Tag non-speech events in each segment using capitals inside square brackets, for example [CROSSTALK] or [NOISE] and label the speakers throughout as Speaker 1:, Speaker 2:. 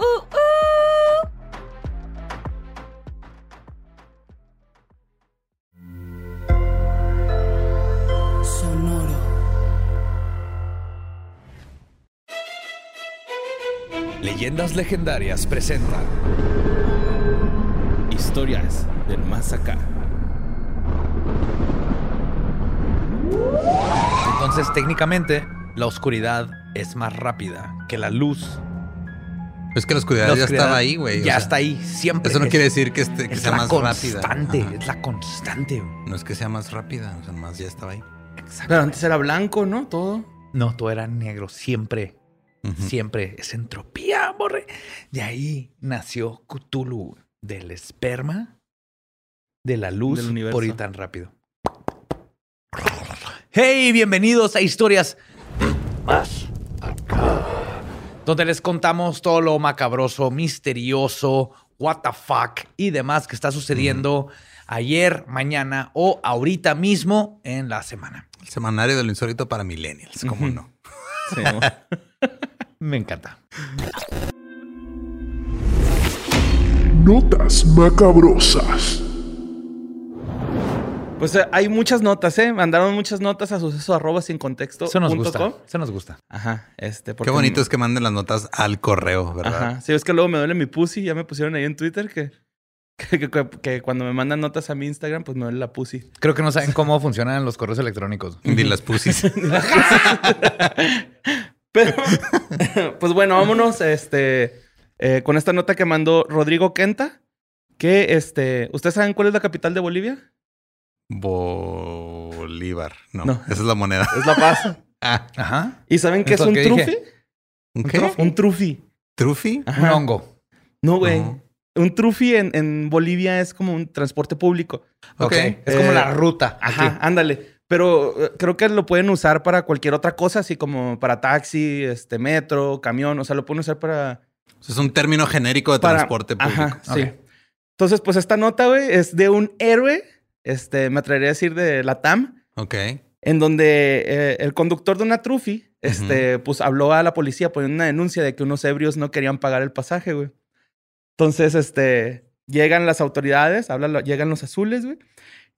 Speaker 1: Ooh, ooh.
Speaker 2: Leyendas Legendarias presenta
Speaker 3: Historias del más acá.
Speaker 2: Entonces, técnicamente, la oscuridad es más rápida que la luz.
Speaker 4: Es que la oscuridad
Speaker 2: La
Speaker 4: ya
Speaker 2: oscuridad
Speaker 4: estaba ahí, güey. o
Speaker 2: Ya
Speaker 4: sea,
Speaker 2: está ahí, siempre.
Speaker 4: Eso no
Speaker 2: Es-
Speaker 4: quiere decir que, este, que
Speaker 2: es
Speaker 4: sea
Speaker 2: la
Speaker 4: más rápida.
Speaker 2: constante,
Speaker 4: Ajá.
Speaker 2: es la constante. güey.
Speaker 4: No es que sea más rápida, o sea, más ya estaba ahí.
Speaker 3: Pero antes era blanco, ¿no? Todo.
Speaker 2: No, todo era negro, siempre,
Speaker 4: Ujú.
Speaker 2: siempre. Es entropía, borre. De ahí nació Cthulhu, güey, del esperma de la luz
Speaker 3: Del universo.
Speaker 2: por ir tan rápido. Hey, bienvenidos a Historias Más Acá, donde les contamos todo lo macabroso, misterioso, what the fuck y demás que está sucediendo ayer, mañana o ahorita mismo en la semana.
Speaker 4: El semanario de lo insólito para millennials, ¿cómo
Speaker 3: Ujú.
Speaker 4: no?
Speaker 3: [LAUGHS] Sí, mo.
Speaker 2: Me encanta.
Speaker 5: Notas macabrosas.
Speaker 3: pues eh, hay muchas notas, ¿eh? Mandaron muchas notas a suceso arroba sin contexto.
Speaker 2: Eso nos
Speaker 3: punto
Speaker 2: gusta.
Speaker 3: com.
Speaker 2: Eso nos gusta.
Speaker 3: Ajá, este.
Speaker 4: Qué bonito es que manden las notas al correo, ¿verdad?
Speaker 3: Ajá. Sí, es que luego me duele mi pussy. Ya me pusieron ahí en Twitter que, que, que- que- que cuando me mandan notas a mi Instagram, pues me duele la pussy. [LAUGHS]
Speaker 2: Creo que no saben cómo funcionan los correos electrónicos.
Speaker 4: Ni las
Speaker 2: [LAUGHS]
Speaker 4: pusis.
Speaker 3: Pero, [LAUGHS] pues bueno, vámonos este, eh, con esta nota que mandó Rodrigo Quenta. Que este, ¿ustedes saben cuál es la capital de Bolivia?
Speaker 4: Bolívar. No,
Speaker 3: No.
Speaker 4: esa es la moneda.
Speaker 3: Es La Paz.
Speaker 4: Ah,
Speaker 2: Ajá.
Speaker 3: ¿Y saben qué es
Speaker 2: Eso
Speaker 3: un
Speaker 2: que dije.
Speaker 3: trufi?
Speaker 4: ¿qué?
Speaker 3: Un trufi.
Speaker 4: ¿Trufi?
Speaker 2: Un
Speaker 3: Ajá.
Speaker 2: hongo.
Speaker 3: No, güey.
Speaker 4: No.
Speaker 3: Un trufi en, en Bolivia es como un transporte público.
Speaker 4: Ok.
Speaker 2: Ok. Es como
Speaker 3: Eh,
Speaker 2: la ruta.
Speaker 3: Ajá,
Speaker 2: aquí.
Speaker 3: ándale. Pero eh, creo que lo pueden usar para cualquier otra cosa, así como para taxi, este metro, camión. O sea, lo pueden usar para
Speaker 4: Es un término genérico de
Speaker 3: para-
Speaker 4: transporte público.
Speaker 3: Ajá, sí.
Speaker 2: Ok.
Speaker 3: Entonces, pues esta nota, güey, es de un héroe, este, me atrevería a decir de la TAM,
Speaker 4: Ok.
Speaker 3: en donde eh, el conductor de una trufi, este, pues habló a la policía poniendo una denuncia de que unos ebrios no querían pagar el pasaje, güey. Entonces, este, llegan las autoridades, hablan lo- llegan los azules, güey,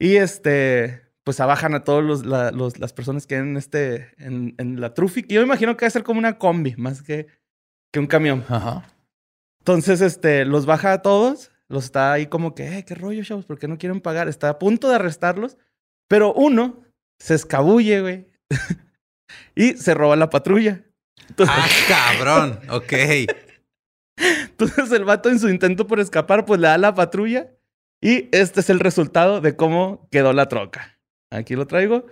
Speaker 3: y este, pues abajan a todos los, la- los- las personas que en este, en, en la trufi, que yo me imagino que debe ser como una combi, más que, que un camión.
Speaker 2: Ajá.
Speaker 3: Entonces, este, los baja a todos, los está ahí como que, eh, qué rollo, chavos, ¿por qué no quieren pagar? Está a punto de arrestarlos, pero uno se escabulle, güey, [LAUGHS] y se roba la patrulla. Entonces,
Speaker 4: Ah, cabrón.
Speaker 2: [LAUGHS]
Speaker 4: Ok.
Speaker 3: [LAUGHS] entonces el vato en su intento por escapar, pues le da la patrulla y este es el resultado de cómo quedó la troca. Aquí lo traigo.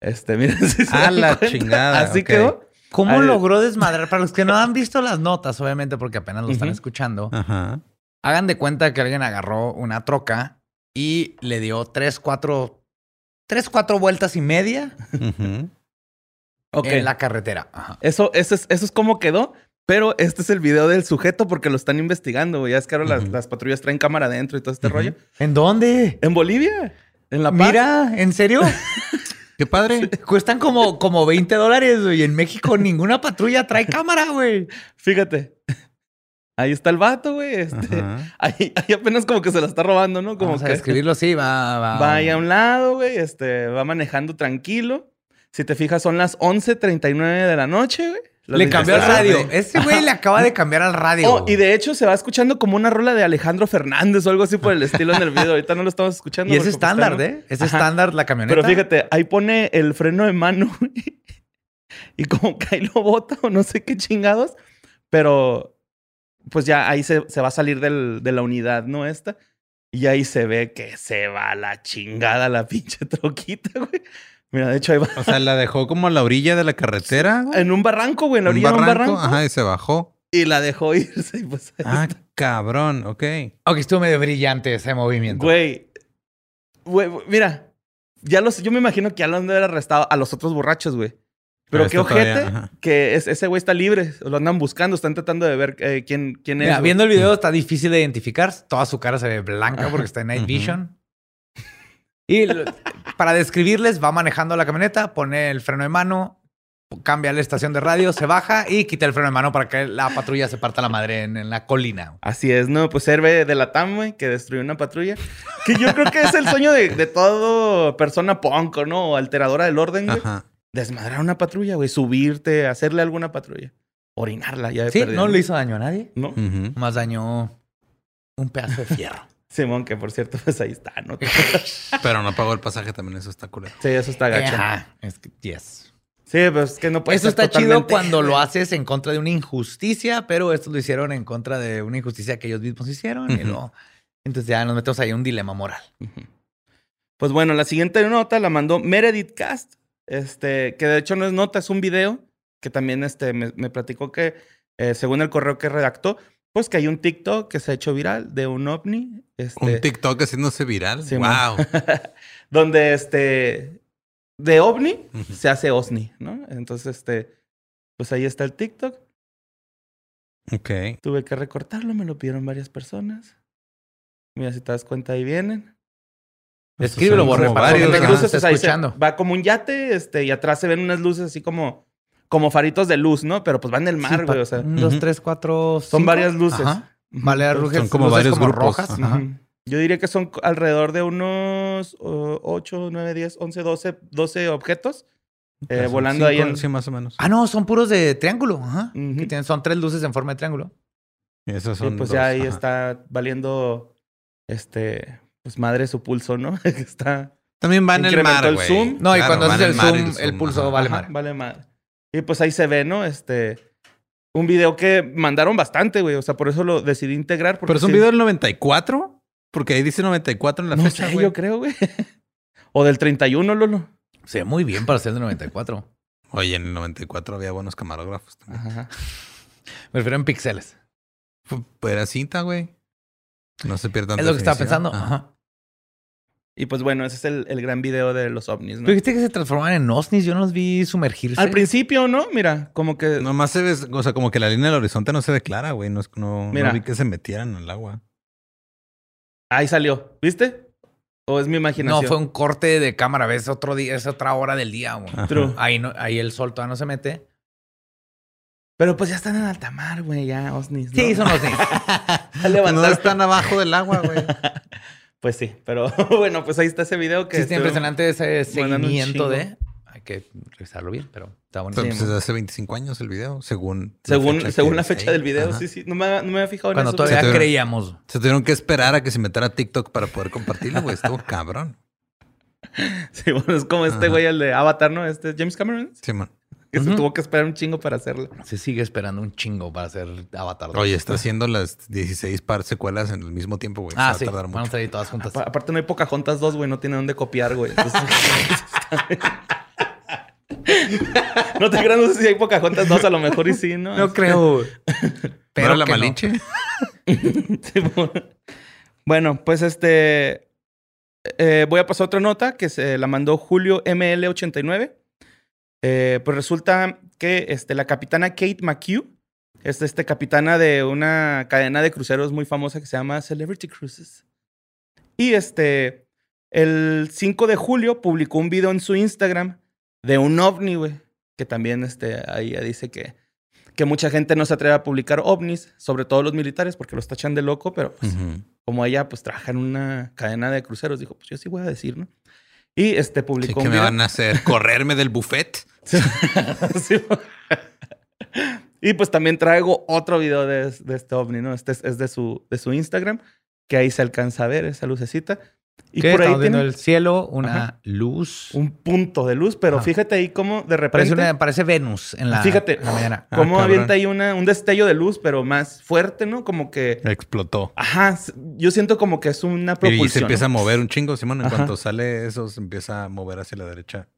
Speaker 3: Este, [LAUGHS] miren si se
Speaker 4: A
Speaker 3: dan
Speaker 4: Ah, la
Speaker 3: cuenta,
Speaker 4: chingada,
Speaker 3: Así
Speaker 4: ok.
Speaker 3: quedó.
Speaker 2: ¿Cómo
Speaker 3: Al-
Speaker 2: logró desmadrar? Para los que no han visto las notas, obviamente, porque apenas lo están
Speaker 3: Ujú.
Speaker 2: escuchando,
Speaker 4: Ajá.
Speaker 2: hagan de cuenta que alguien agarró una troca y le dio tres, cuatro, tres, cuatro vueltas y media
Speaker 4: Ujú.
Speaker 3: Ok.
Speaker 2: en la carretera. Ajá.
Speaker 3: Eso, eso, es, eso es como quedó. Pero este es el video del sujeto porque lo están investigando. güey. Ya es que ahora las-
Speaker 4: Ujú.
Speaker 3: las, patrullas traen cámara adentro y todo este
Speaker 4: Ujú.
Speaker 3: rollo.
Speaker 2: ¿En dónde?
Speaker 3: En Bolivia, en La Paz.
Speaker 2: Mira, ¿en [LAUGHS] serio?
Speaker 4: Qué padre.
Speaker 2: [LAUGHS] Cuestan como, como 20 dólares, güey. Y en México ninguna patrulla trae cámara, güey.
Speaker 3: fíjate. [LAUGHS] Ahí está el vato, güey. Este,
Speaker 4: Ajá.
Speaker 3: ahí, ahí apenas como que se la está robando, ¿no? Como
Speaker 2: Vamos a Ah.
Speaker 3: que
Speaker 2: escribirlo así, va, va.
Speaker 3: va ahí a un lado, güey. Este, va manejando tranquilo. Si te fijas, son las 11.39 de la noche, güey. Las
Speaker 2: Le
Speaker 3: veinte-
Speaker 2: cambió al
Speaker 3: Está tarde.
Speaker 2: radio. Ese güey le acaba de cambiar al radio.
Speaker 3: Oh, y
Speaker 2: güey.
Speaker 3: de hecho se va escuchando como una rola de Alejandro Fernández o algo así por el estilo en el video. Ahorita no lo estamos escuchando.
Speaker 2: [LAUGHS] Y es
Speaker 3: porque, pues,
Speaker 2: estándar,
Speaker 3: está, ¿no?
Speaker 2: ¿eh? Es
Speaker 3: Ajá.
Speaker 2: estándar la camioneta.
Speaker 3: Pero fíjate, ahí pone el freno de mano [LAUGHS] güey, y como que ahí lo bota o no sé qué chingados, pero pues ya ahí se, se va a salir del- de la unidad, ¿no? Esta. Y ahí se ve que se va a la chingada la pinche [LAUGHS] troquita, güey. Mira, de hecho ahí va
Speaker 4: O sea, la dejó como a la orilla de la carretera. güey.
Speaker 3: en un barranco, güey, en la orilla de un barranco.
Speaker 4: Ajá, y se bajó.
Speaker 3: Y la dejó irse y pues... ahí
Speaker 4: Ah,
Speaker 3: está.
Speaker 4: cabrón. Ok.
Speaker 2: Ok, estuvo medio brillante ese movimiento.
Speaker 3: Güey. Güey, güey, mira. Ya los, yo me imagino que ya lo han de haber arrestado a los otros borrachos, güey. Pero
Speaker 4: Ah,
Speaker 3: qué
Speaker 4: está
Speaker 3: ojete
Speaker 4: todavía, ajá.
Speaker 3: que es- ese güey está libre. Lo andan buscando, están tratando de ver eh, quién, quién es.
Speaker 2: Mira,
Speaker 3: güey.
Speaker 2: viendo el video está difícil de identificar. Toda su cara se ve blanca porque está en Night
Speaker 4: Ujú.
Speaker 2: Vision. Y l- para describirles, va manejando la camioneta, pone el freno de mano, cambia la estación de radio, se baja y quita el freno de mano para que la patrulla se parta la madre en, en la colina.
Speaker 3: Así es, ¿no? Pues héroe de la TAM, güey, que destruyó una patrulla. Que yo creo que es el sueño de, de todo persona punk, ¿o ¿no? O alteradora del orden, güey.
Speaker 4: Ajá.
Speaker 3: Desmadrar una patrulla, güey. Subirte, hacerle alguna patrulla. Orinarla, ya de
Speaker 2: Sí,
Speaker 3: perdida,
Speaker 2: no le hizo Mm. daño a nadie.
Speaker 3: ¿No?
Speaker 4: Ujú.
Speaker 2: Más dañó un pedazo de fierro.
Speaker 3: Simón, que por cierto, pues ahí está, ¿no? [LAUGHS]
Speaker 4: Pero no pagó el pasaje también, eso está culero.
Speaker 3: Sí, eso está gacho.
Speaker 2: Ajá. Es que- yes.
Speaker 3: Sí, pero es que no puede
Speaker 2: Eso
Speaker 3: ser
Speaker 2: está chido
Speaker 3: [LAUGHS] totalmente-
Speaker 2: cuando lo haces en contra de una injusticia, pero estos lo hicieron en contra de una injusticia que ellos mismos hicieron. y
Speaker 4: Ujú.
Speaker 2: luego- entonces ya nos metemos ahí en un dilema moral.
Speaker 3: Pues bueno, la siguiente nota la mandó Meredith Cast, este, que de hecho no es nota, es un video que también este, me, me platicó que, eh, según el correo que redactó, pues que hay un TikTok que se ha hecho viral de un ovni, este,
Speaker 4: Un TikTok haciéndose viral.
Speaker 3: Sí,
Speaker 4: wow.
Speaker 3: [LAUGHS] donde este, de ovni
Speaker 4: Ujú.
Speaker 3: se hace osni, ¿no? Entonces, este, pues ahí está el TikTok.
Speaker 4: ok.
Speaker 3: Tuve que recortarlo, me lo pidieron varias personas. Mira, si te das cuenta, ahí vienen.
Speaker 2: Escríbelo,
Speaker 4: Son
Speaker 2: Borre,
Speaker 4: como
Speaker 2: para que
Speaker 4: varios,
Speaker 3: Unas
Speaker 4: ajá.
Speaker 2: las
Speaker 3: luces,
Speaker 2: está
Speaker 3: o sea, ahí se-
Speaker 2: escuchando.
Speaker 3: va como un yate, este, y atrás se ven unas luces así como, como faritos de luz, ¿no? Pero pues van del mar,
Speaker 2: Sí,
Speaker 3: güey.
Speaker 2: pa-
Speaker 3: O sea,
Speaker 2: un, dos,
Speaker 4: Ujú.
Speaker 2: tres, cuatro,
Speaker 3: son
Speaker 2: cinco.
Speaker 3: varias luces.
Speaker 2: Ajá. Vale,
Speaker 3: Son
Speaker 2: luces-
Speaker 4: como
Speaker 2: luces
Speaker 4: varios
Speaker 2: como
Speaker 4: grupos.
Speaker 2: rojas.
Speaker 4: Ajá.
Speaker 3: Ujú.
Speaker 2: Ajá.
Speaker 3: Yo diría que son co- alrededor de unos 8, 9, 10, 11, 12, 12 objetos eh,
Speaker 4: Son
Speaker 3: volando ahí
Speaker 4: cinco,
Speaker 3: en...
Speaker 4: Sí, más o menos.
Speaker 2: Ah, no, son puros de triángulo. Ajá. Que
Speaker 3: Ujú.
Speaker 2: tienen- son tres luces en forma de triángulo.
Speaker 4: Y esos
Speaker 3: Sí,
Speaker 4: son
Speaker 3: pues
Speaker 4: dos,
Speaker 3: ya ahí
Speaker 4: ajá.
Speaker 3: está valiendo, este, pues madre su pulso, ¿no? [LAUGHS] está...
Speaker 4: También va en el
Speaker 3: Incrementó
Speaker 4: mar,
Speaker 3: el
Speaker 4: güey.
Speaker 3: zoom.
Speaker 2: No, y cuando
Speaker 4: va
Speaker 2: haces
Speaker 4: en
Speaker 2: el
Speaker 4: mar
Speaker 2: zoom,
Speaker 4: y
Speaker 2: el pulso
Speaker 4: ajá.
Speaker 2: vale
Speaker 3: Ajá,
Speaker 2: madre.
Speaker 3: Vale madre. Y pues ahí se ve, ¿no? Este. Un video que mandaron bastante, güey. O sea, por eso lo decidí integrar. porque
Speaker 4: Pero es un
Speaker 3: sí-
Speaker 4: video del 94, porque ahí dice 94 en la
Speaker 3: no
Speaker 4: fecha,
Speaker 3: sé,
Speaker 4: güey.
Speaker 3: yo creo, güey. [LAUGHS] o del 31, Lolo.
Speaker 2: Se ve muy bien para ser de 94.
Speaker 4: Oye, en el 94 había buenos camarógrafos. también.
Speaker 3: Ajá.
Speaker 2: Me refiero en píxeles.
Speaker 4: Fue- fue- Era cinta, güey. No se pierdan
Speaker 2: Es lo que estaba
Speaker 4: definición.
Speaker 2: pensando.
Speaker 4: Ajá.
Speaker 2: Ajá.
Speaker 3: Y pues bueno, ese es el, el gran video de los ovnis,
Speaker 2: Pero
Speaker 3: ¿no?
Speaker 2: dijiste que se transformaban en osnis. Yo no los vi sumergirse.
Speaker 3: Al principio, ¿no? Mira, como que.
Speaker 4: Nomás se ve, o sea, como que la línea del horizonte no se ve clara, güey. No, es- no,
Speaker 3: Mira.
Speaker 4: no vi que se metieran al agua.
Speaker 3: Ahí salió. ¿Viste? O es mi
Speaker 2: No,
Speaker 3: imaginación.
Speaker 2: fue un corte de cámara. ¿Ves? Otro día, es otra hora del día. güey.
Speaker 4: Ajá.
Speaker 3: True.
Speaker 2: Ahí, no, ahí el sol todavía no se mete.
Speaker 3: Pero pues ya están en alta mar, güey, ya, ovnis.
Speaker 2: Sí,
Speaker 3: ¿no? [LAUGHS]
Speaker 2: son [LAUGHS] osnis.
Speaker 3: Ya levantaron.
Speaker 4: No están abajo
Speaker 2: [LAUGHS]
Speaker 4: del agua, [LAUGHS] güey.
Speaker 3: Pues sí, pero [LAUGHS] bueno, pues ahí está ese video que.
Speaker 2: Sí, está
Speaker 3: estuvo-
Speaker 2: impresionante ese
Speaker 3: mandando un
Speaker 2: seguimiento de. Hay que revisarlo bien, pero está
Speaker 4: O
Speaker 2: bonito.
Speaker 4: sea,
Speaker 3: Sí,
Speaker 4: pues,
Speaker 3: mo.
Speaker 4: hace 25 años el video, según.
Speaker 3: Según,
Speaker 4: que
Speaker 3: según la
Speaker 4: dice
Speaker 3: fecha
Speaker 4: ahí.
Speaker 3: del video,
Speaker 4: Ajá.
Speaker 3: sí, sí. No me, no me había fijado
Speaker 2: Cuando
Speaker 3: en eso.
Speaker 2: todavía
Speaker 4: Se tuvieron-
Speaker 2: creíamos.
Speaker 4: Se tuvieron que esperar a que se metiera a TikTok para poder compartirlo, güey.
Speaker 3: [LAUGHS]
Speaker 4: Estuvo cabrón.
Speaker 3: Sí, bueno, es como este
Speaker 4: Ajá.
Speaker 3: güey, el de Avatar, ¿no? Este James Cameron,
Speaker 4: Sí, man.
Speaker 3: que se
Speaker 2: Ujú.
Speaker 3: tuvo que esperar un chingo para hacerla.
Speaker 2: Se sigue esperando un chingo para hacer Avatar. dos.
Speaker 4: Oye, está haciendo las 16 par secuelas en el mismo tiempo, güey. Se va
Speaker 2: Ah,
Speaker 4: a
Speaker 2: sí.
Speaker 4: tardar
Speaker 2: Van a
Speaker 4: mucho.
Speaker 2: salir todas juntas.
Speaker 3: Ah, Pa- aparte, no hay Pocahontas 2, güey, no tiene dónde copiar, güey. Entonces- [LAUGHS] no te creas, no sé si hay Pocahontas 2, a lo mejor y sí, ¿no?
Speaker 2: creo.
Speaker 4: Pero
Speaker 2: Pero
Speaker 4: la
Speaker 2: que no.
Speaker 4: Malinche.
Speaker 3: [LAUGHS] Sí, bueno. bueno, pues este. eh, voy a pasar otra nota que se la mandó Julio ML89. Eh, pues resulta que este, la capitana Kate McHugh es este, capitana de una cadena de cruceros muy famosa que se llama Celebrity Cruises. Y este, el 5 de julio publicó un video en su Instagram de un ovni, güey. Que también este, ahí ya dice que, que mucha gente no se atreve a publicar ovnis, sobre todo los militares, porque los tachan de loco, pero pues,
Speaker 4: Ujú.
Speaker 3: como ella pues trabaja en una cadena de cruceros, dijo, pues yo sí voy a decir, ¿no? Y este
Speaker 4: Sí,
Speaker 3: publicó
Speaker 4: que
Speaker 3: un
Speaker 4: me
Speaker 3: video.
Speaker 4: van a
Speaker 3: [LAUGHS]
Speaker 4: hacer correrme del buffet.
Speaker 3: Sí. y pues también traigo otro video de, de este ovni, ¿no? Este es, es de, su, de su Instagram, que ahí se alcanza a ver esa lucecita. Y por ahí
Speaker 2: Estamos viendo
Speaker 3: tiene
Speaker 2: el cielo, una
Speaker 3: Ajá.
Speaker 2: luz.
Speaker 3: un punto de luz, pero
Speaker 2: Ajá.
Speaker 3: fíjate ahí cómo de repente...
Speaker 2: Parece, una- parece Venus en la,
Speaker 3: Fíjate.
Speaker 2: en la mañana.
Speaker 4: Ah,
Speaker 3: Cómo
Speaker 4: cabrón.
Speaker 3: avienta ahí una, un destello de luz, pero más fuerte, ¿no? Como que...
Speaker 4: Explotó.
Speaker 3: Ajá, s- yo siento como que es una propulsión.
Speaker 4: Y se empieza a
Speaker 3: ¿no?
Speaker 4: mover un chingo, Simón. En
Speaker 3: Ajá.
Speaker 4: cuanto sale eso, se empieza a mover hacia la derecha.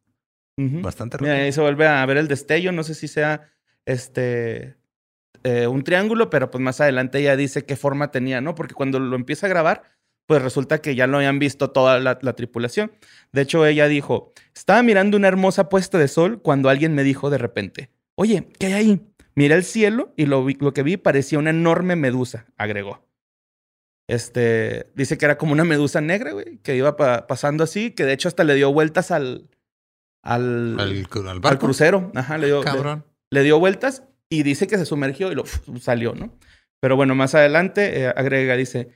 Speaker 3: Ujú.
Speaker 4: Bastante
Speaker 3: Mira,
Speaker 4: rápido.
Speaker 3: ahí se vuelve a ver el destello. No sé si sea este eh, un triángulo, pero pues más adelante ella dice qué forma tenía, ¿no? Porque cuando lo empieza a grabar, pues resulta que ya lo habían visto toda la, la tripulación. De hecho, ella dijo, estaba mirando una hermosa puesta de sol cuando alguien me dijo de repente, oye, ¿qué hay ahí? Miré el cielo y lo, vi- lo que vi parecía una enorme medusa, agregó. Este, dice que era como una medusa negra, güey, que iba pa- pasando así, que de hecho hasta le dio vueltas al... Al,
Speaker 4: Al, cru- al
Speaker 3: al
Speaker 4: barco.
Speaker 3: crucero. Ajá, le dio, le,
Speaker 4: Cabrón.
Speaker 3: le dio vueltas y dice que se sumergió y lo uf, salió, ¿no? Pero bueno, más adelante eh, agrega, dice,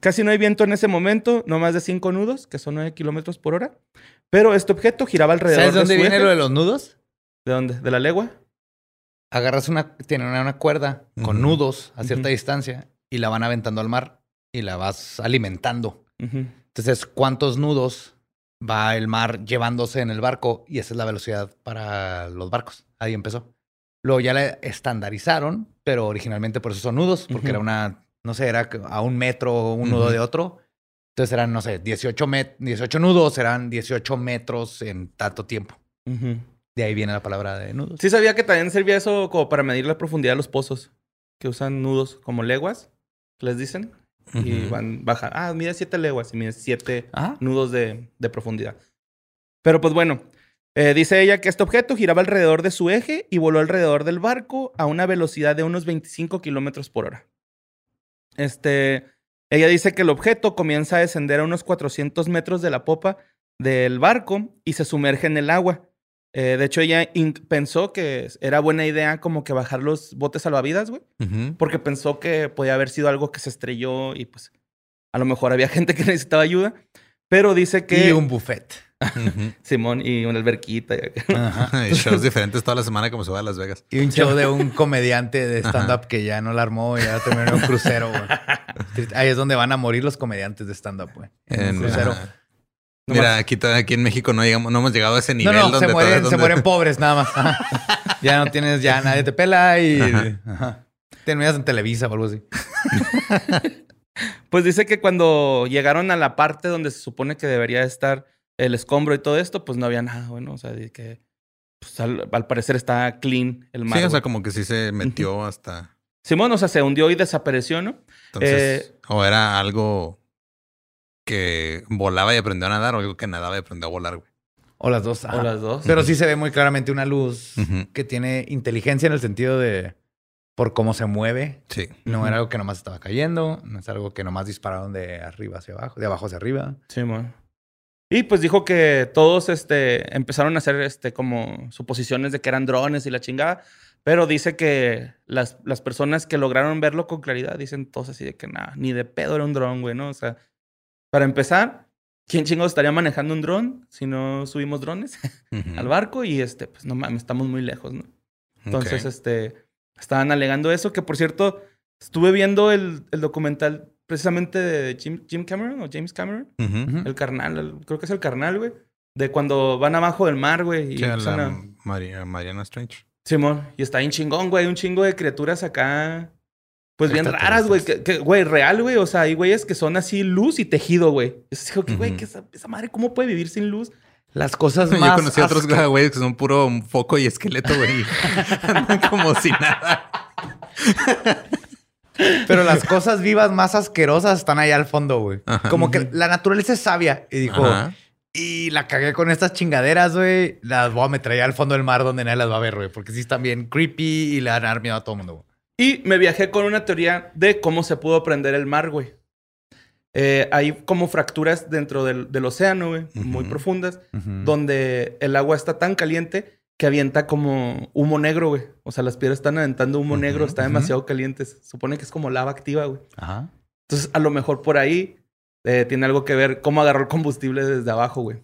Speaker 3: casi no hay viento en ese momento, no más de 5 nudos, que son 9 kilómetros por hora, pero este objeto giraba alrededor
Speaker 2: ¿Sabes dónde
Speaker 3: de su
Speaker 2: viene
Speaker 3: eje.
Speaker 2: lo de los nudos?
Speaker 3: ¿De dónde? ¿De la legua?
Speaker 2: Agarras una, tienen una, una cuerda con
Speaker 4: Ujú.
Speaker 2: nudos a cierta
Speaker 3: Ujú.
Speaker 2: distancia y la van aventando al mar y la vas alimentando.
Speaker 3: Ujú.
Speaker 2: Entonces, ¿cuántos nudos va el mar llevándose en el barco? Y esa es la velocidad para los barcos. Ahí empezó. Luego ya la estandarizaron, pero originalmente por eso son nudos, porque
Speaker 3: Ujú.
Speaker 2: era una, no sé, era a un metro un nudo
Speaker 4: Ujú.
Speaker 2: de otro. Entonces eran, no sé, 18, met- 18 nudos, eran 18 metros en tanto tiempo.
Speaker 3: Ujú.
Speaker 2: De ahí viene la palabra de nudos.
Speaker 3: Sí sabía que también servía eso como para medir la profundidad de los pozos, que usan nudos como leguas, les dicen, y
Speaker 4: Ujú.
Speaker 3: van baja. Ah, mide 7 leguas y mide 7
Speaker 2: Ajá.
Speaker 3: nudos de, de profundidad. Pero pues bueno, eh, dice ella que este objeto giraba alrededor de su eje y voló alrededor del barco a una velocidad de unos 25 kilómetros por hora. Este, ella dice que el objeto comienza a descender a unos 400 metros de la popa del barco y se sumerge en el agua. Eh, de hecho, ella in- pensó que era buena idea como que bajar los botes salvavidas, güey
Speaker 4: Ujú.
Speaker 3: porque pensó que podía haber sido algo que se estrelló y pues a lo mejor había [LAUGHS] gente que necesitaba ayuda, pero dice que
Speaker 2: Y un buffet.
Speaker 4: Ujú.
Speaker 3: Simón y una alberquita. y acá.
Speaker 2: [LAUGHS]
Speaker 3: [LAUGHS]
Speaker 2: Ajá.
Speaker 4: [LAUGHS] Y shows diferentes toda la semana como se va a Las Vegas.
Speaker 2: Y un show de [LAUGHS] un comediante de stand-up que ya no la armó y ya terminó en un crucero, güey. [LAUGHS] Ahí es donde van a morir los comediantes de stand-up, güey. En
Speaker 4: En-
Speaker 2: un crucero.
Speaker 4: ajá. Mira, aquí, to- aquí en México no llegamos, no hemos llegado a ese
Speaker 2: No,
Speaker 4: nivel.
Speaker 2: no, se
Speaker 4: donde
Speaker 2: mueren,
Speaker 4: todavía-
Speaker 2: se
Speaker 4: donde-
Speaker 2: mueren pobres nada más. ya no tienes, ya nadie te pela y
Speaker 4: [LAUGHS] Ajá.
Speaker 2: ajá. terminas en Televisa o algo así.
Speaker 3: Pues dice que cuando llegaron a la parte donde se supone que debería estar el escombro y todo esto, pues no había nada, bueno, o sea, de que pues, al, al parecer está clean el mar.
Speaker 4: Sí, o sea,
Speaker 3: güey.
Speaker 4: como que sí se metió hasta.
Speaker 3: Simón, o sea, se hundió y desapareció, ¿no?
Speaker 4: Entonces,
Speaker 3: Eh,
Speaker 4: o era algo que volaba y aprendió a nadar, o algo que nadaba y aprendió a volar, güey.
Speaker 2: O las dos. ajá.
Speaker 3: O las dos.
Speaker 2: Pero sí se ve muy claramente una luz
Speaker 4: Ujú.
Speaker 2: que tiene inteligencia en el sentido de por cómo se mueve.
Speaker 4: Sí.
Speaker 2: No
Speaker 3: Ujú.
Speaker 2: era algo que nomás estaba cayendo, no es algo que nomás dispararon de arriba hacia abajo, de abajo hacia arriba.
Speaker 3: Simón. Y pues dijo que todos este, empezaron a hacer este, como suposiciones de que eran drones y la chingada. Pero dice que las, las personas que lograron verlo con claridad dicen todos así de que nada, ni de pedo era un dron, güey, ¿no? O sea, para empezar, ¿quién chingados estaría manejando un dron si no subimos drones [LAUGHS]
Speaker 4: Ujú.
Speaker 3: al barco? Y este, pues no mames, estamos muy lejos, ¿no? Entonces,
Speaker 4: Ok.
Speaker 3: este, estaban alegando eso, que por cierto, estuve viendo el, el documental precisamente de Jim- Jim Cameron o James Cameron.
Speaker 4: Ujú.
Speaker 2: Ujú.
Speaker 3: El carnal, el- creo que es el carnal, güey. De cuando van abajo del mar, güey. Y
Speaker 4: Sí, a la
Speaker 3: empiezan a-
Speaker 4: Mari- a Mariana Strange.
Speaker 3: Simón, y está bien chingón, güey. Un chingo de criaturas acá. Pues bien raras, güey.
Speaker 4: Extraterrestres.
Speaker 3: Que, que, güey, real, güey. O sea, hay güeyes que son así luz y tejido, güey. Yo sí digo que, güey,
Speaker 4: Ujú.
Speaker 3: que esa, esa madre, ¿cómo puede vivir sin luz?
Speaker 2: Las cosas [LAUGHS] más.
Speaker 4: [LAUGHS] Yo conocí a otros
Speaker 2: asco-
Speaker 4: güeyes que son puro foco y esqueleto,
Speaker 2: [LAUGHS]
Speaker 4: güey. [LAUGHS] y Andan como si nada.
Speaker 2: Pero las cosas vivas más asquerosas están allá al fondo, güey.
Speaker 4: Ajá.
Speaker 2: Como que la naturaleza es sabia. Y dijo,
Speaker 4: Ajá.
Speaker 2: y la cagué con estas chingaderas, güey. Las voy a meter allá al fondo del mar donde nadie las va a ver, güey. Porque sí están bien creepy y le van a dar miedo a todo el mundo, güey.
Speaker 3: Y me viajé con una teoría de cómo se pudo prender el mar, güey. Eh, hay como fracturas dentro del, del océano, güey, muy
Speaker 4: Ujú.
Speaker 3: profundas.
Speaker 2: Don-
Speaker 3: donde el agua está tan caliente que avienta como humo negro, güey. O sea, las piedras están aventando humo
Speaker 4: Ujú,
Speaker 3: negro, está
Speaker 2: ujú.
Speaker 3: demasiado caliente. Se supone que es como lava activa, güey.
Speaker 2: Ajá.
Speaker 3: Entonces, a lo mejor por ahí eh, tiene algo que ver cómo agarró el combustible desde abajo, güey.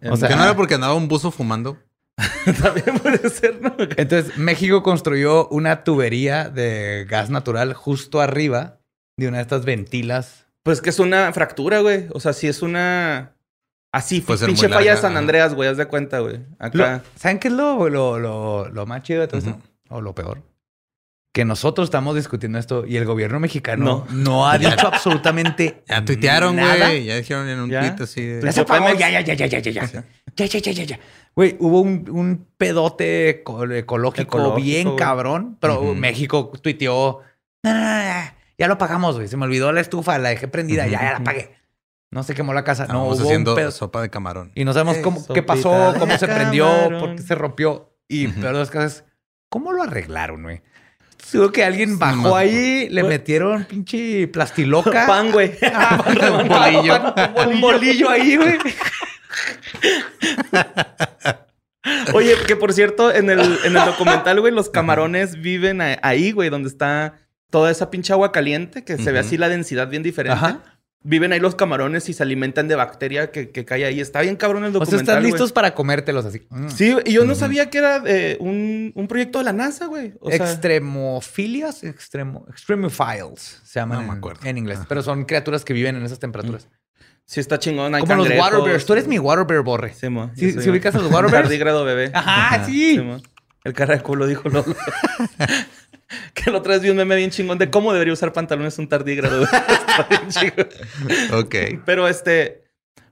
Speaker 3: Em,
Speaker 2: O sea,
Speaker 4: Que no era [LAUGHS] porque andaba un buzo fumando.
Speaker 3: [LAUGHS] también puede ser, ¿no?
Speaker 2: Entonces, México construyó una tubería de gas natural justo arriba de una de estas ventilas.
Speaker 3: Pues que es una fractura, güey. O sea, si es una... Así,
Speaker 4: Puede ser
Speaker 3: pinche
Speaker 4: muy
Speaker 3: falla de
Speaker 4: larga,
Speaker 3: San
Speaker 4: ajá.
Speaker 3: Andreas, güey. Haz de cuenta, güey.
Speaker 2: Lo-
Speaker 3: Acá.
Speaker 2: ¿Saben qué es lo, lo, lo- lo más chido de todo esto? O lo peor. Que nosotros estamos discutiendo esto y el gobierno mexicano no,
Speaker 4: [LAUGHS]
Speaker 2: ha dicho absolutamente
Speaker 4: Ya tuitearon,
Speaker 2: nada.
Speaker 4: güey. Ya dijeron en un
Speaker 3: Ya.
Speaker 4: tuit así.
Speaker 2: Ya Pues,
Speaker 4: de-
Speaker 2: se
Speaker 3: Yo
Speaker 2: apagó,
Speaker 3: Pemex-
Speaker 2: ya, ya, ya, ya, ya, ya, ya. Ya, ya, ya, ya, ya. Güey, hubo un, un pedote co- ecológico,
Speaker 3: Ecológico,
Speaker 2: bien
Speaker 3: güey.
Speaker 2: cabrón, pero
Speaker 4: Ujú.
Speaker 2: México tuiteó, "No, no, no, no, ya lo pagamos, güey. Se me olvidó la estufa, la dejé prendida, ya, ya la apagué. No se quemó la casa. No,
Speaker 4: Estábamos
Speaker 2: hubo
Speaker 4: haciendo
Speaker 2: un pedo.
Speaker 4: sopa de
Speaker 2: [LAUGHS]
Speaker 4: camarón.
Speaker 2: Y no sabemos
Speaker 3: Eh,
Speaker 2: cómo, qué
Speaker 3: sopita
Speaker 2: pasó,
Speaker 3: de
Speaker 2: cómo se prendió,
Speaker 3: camarón.
Speaker 2: por qué se rompió. Y
Speaker 4: Ujú.
Speaker 2: peor de las cosas, ¿cómo lo arreglaron, güey? Seguro que alguien bajó
Speaker 4: no.
Speaker 2: ahí, le metieron pinche plastiloca.
Speaker 3: [LAUGHS] Pan, güey.
Speaker 2: un bolillo.
Speaker 3: Un bolillo ahí, [LAUGHS] güey. Oye, que por cierto, en el, en el documental, güey, los camarones viven a- ahí, güey, donde está toda esa pinche agua caliente, que se ve
Speaker 4: Ujú.
Speaker 3: así la densidad bien diferente.
Speaker 2: Ajá.
Speaker 3: Viven ahí los camarones y se alimentan de bacteria que, que cae ahí. Está bien cabrón el
Speaker 2: O sea,
Speaker 3: documental.
Speaker 2: están
Speaker 3: güey.
Speaker 2: listos para comértelos así. Mm.
Speaker 3: Sí, y yo no sabía que era eh, un, un proyecto de la NASA, güey. O sea,
Speaker 2: Extremofilias, extremo, extremophiles se llaman
Speaker 4: No me
Speaker 2: en-
Speaker 4: acuerdo.
Speaker 2: en inglés. Pero son criaturas que viven en esas temperaturas.
Speaker 3: sí está chingón. hay
Speaker 2: Como los
Speaker 3: cangrejos.
Speaker 2: water bears. Tú eres mi water bear, Borre.
Speaker 3: Sí, mo,
Speaker 2: Si-
Speaker 3: yo soy
Speaker 2: si
Speaker 3: un
Speaker 2: ubicas a los water bears.
Speaker 3: Tardígrado bebé.
Speaker 2: Ajá,
Speaker 3: Sí,
Speaker 2: sí.
Speaker 3: mo. el caraculo dijo Lolo. que la otra vez vi un meme bien chingón de cómo debería usar pantalones un tardígrado. Está bien chingón.
Speaker 4: Ok.
Speaker 3: Pero este,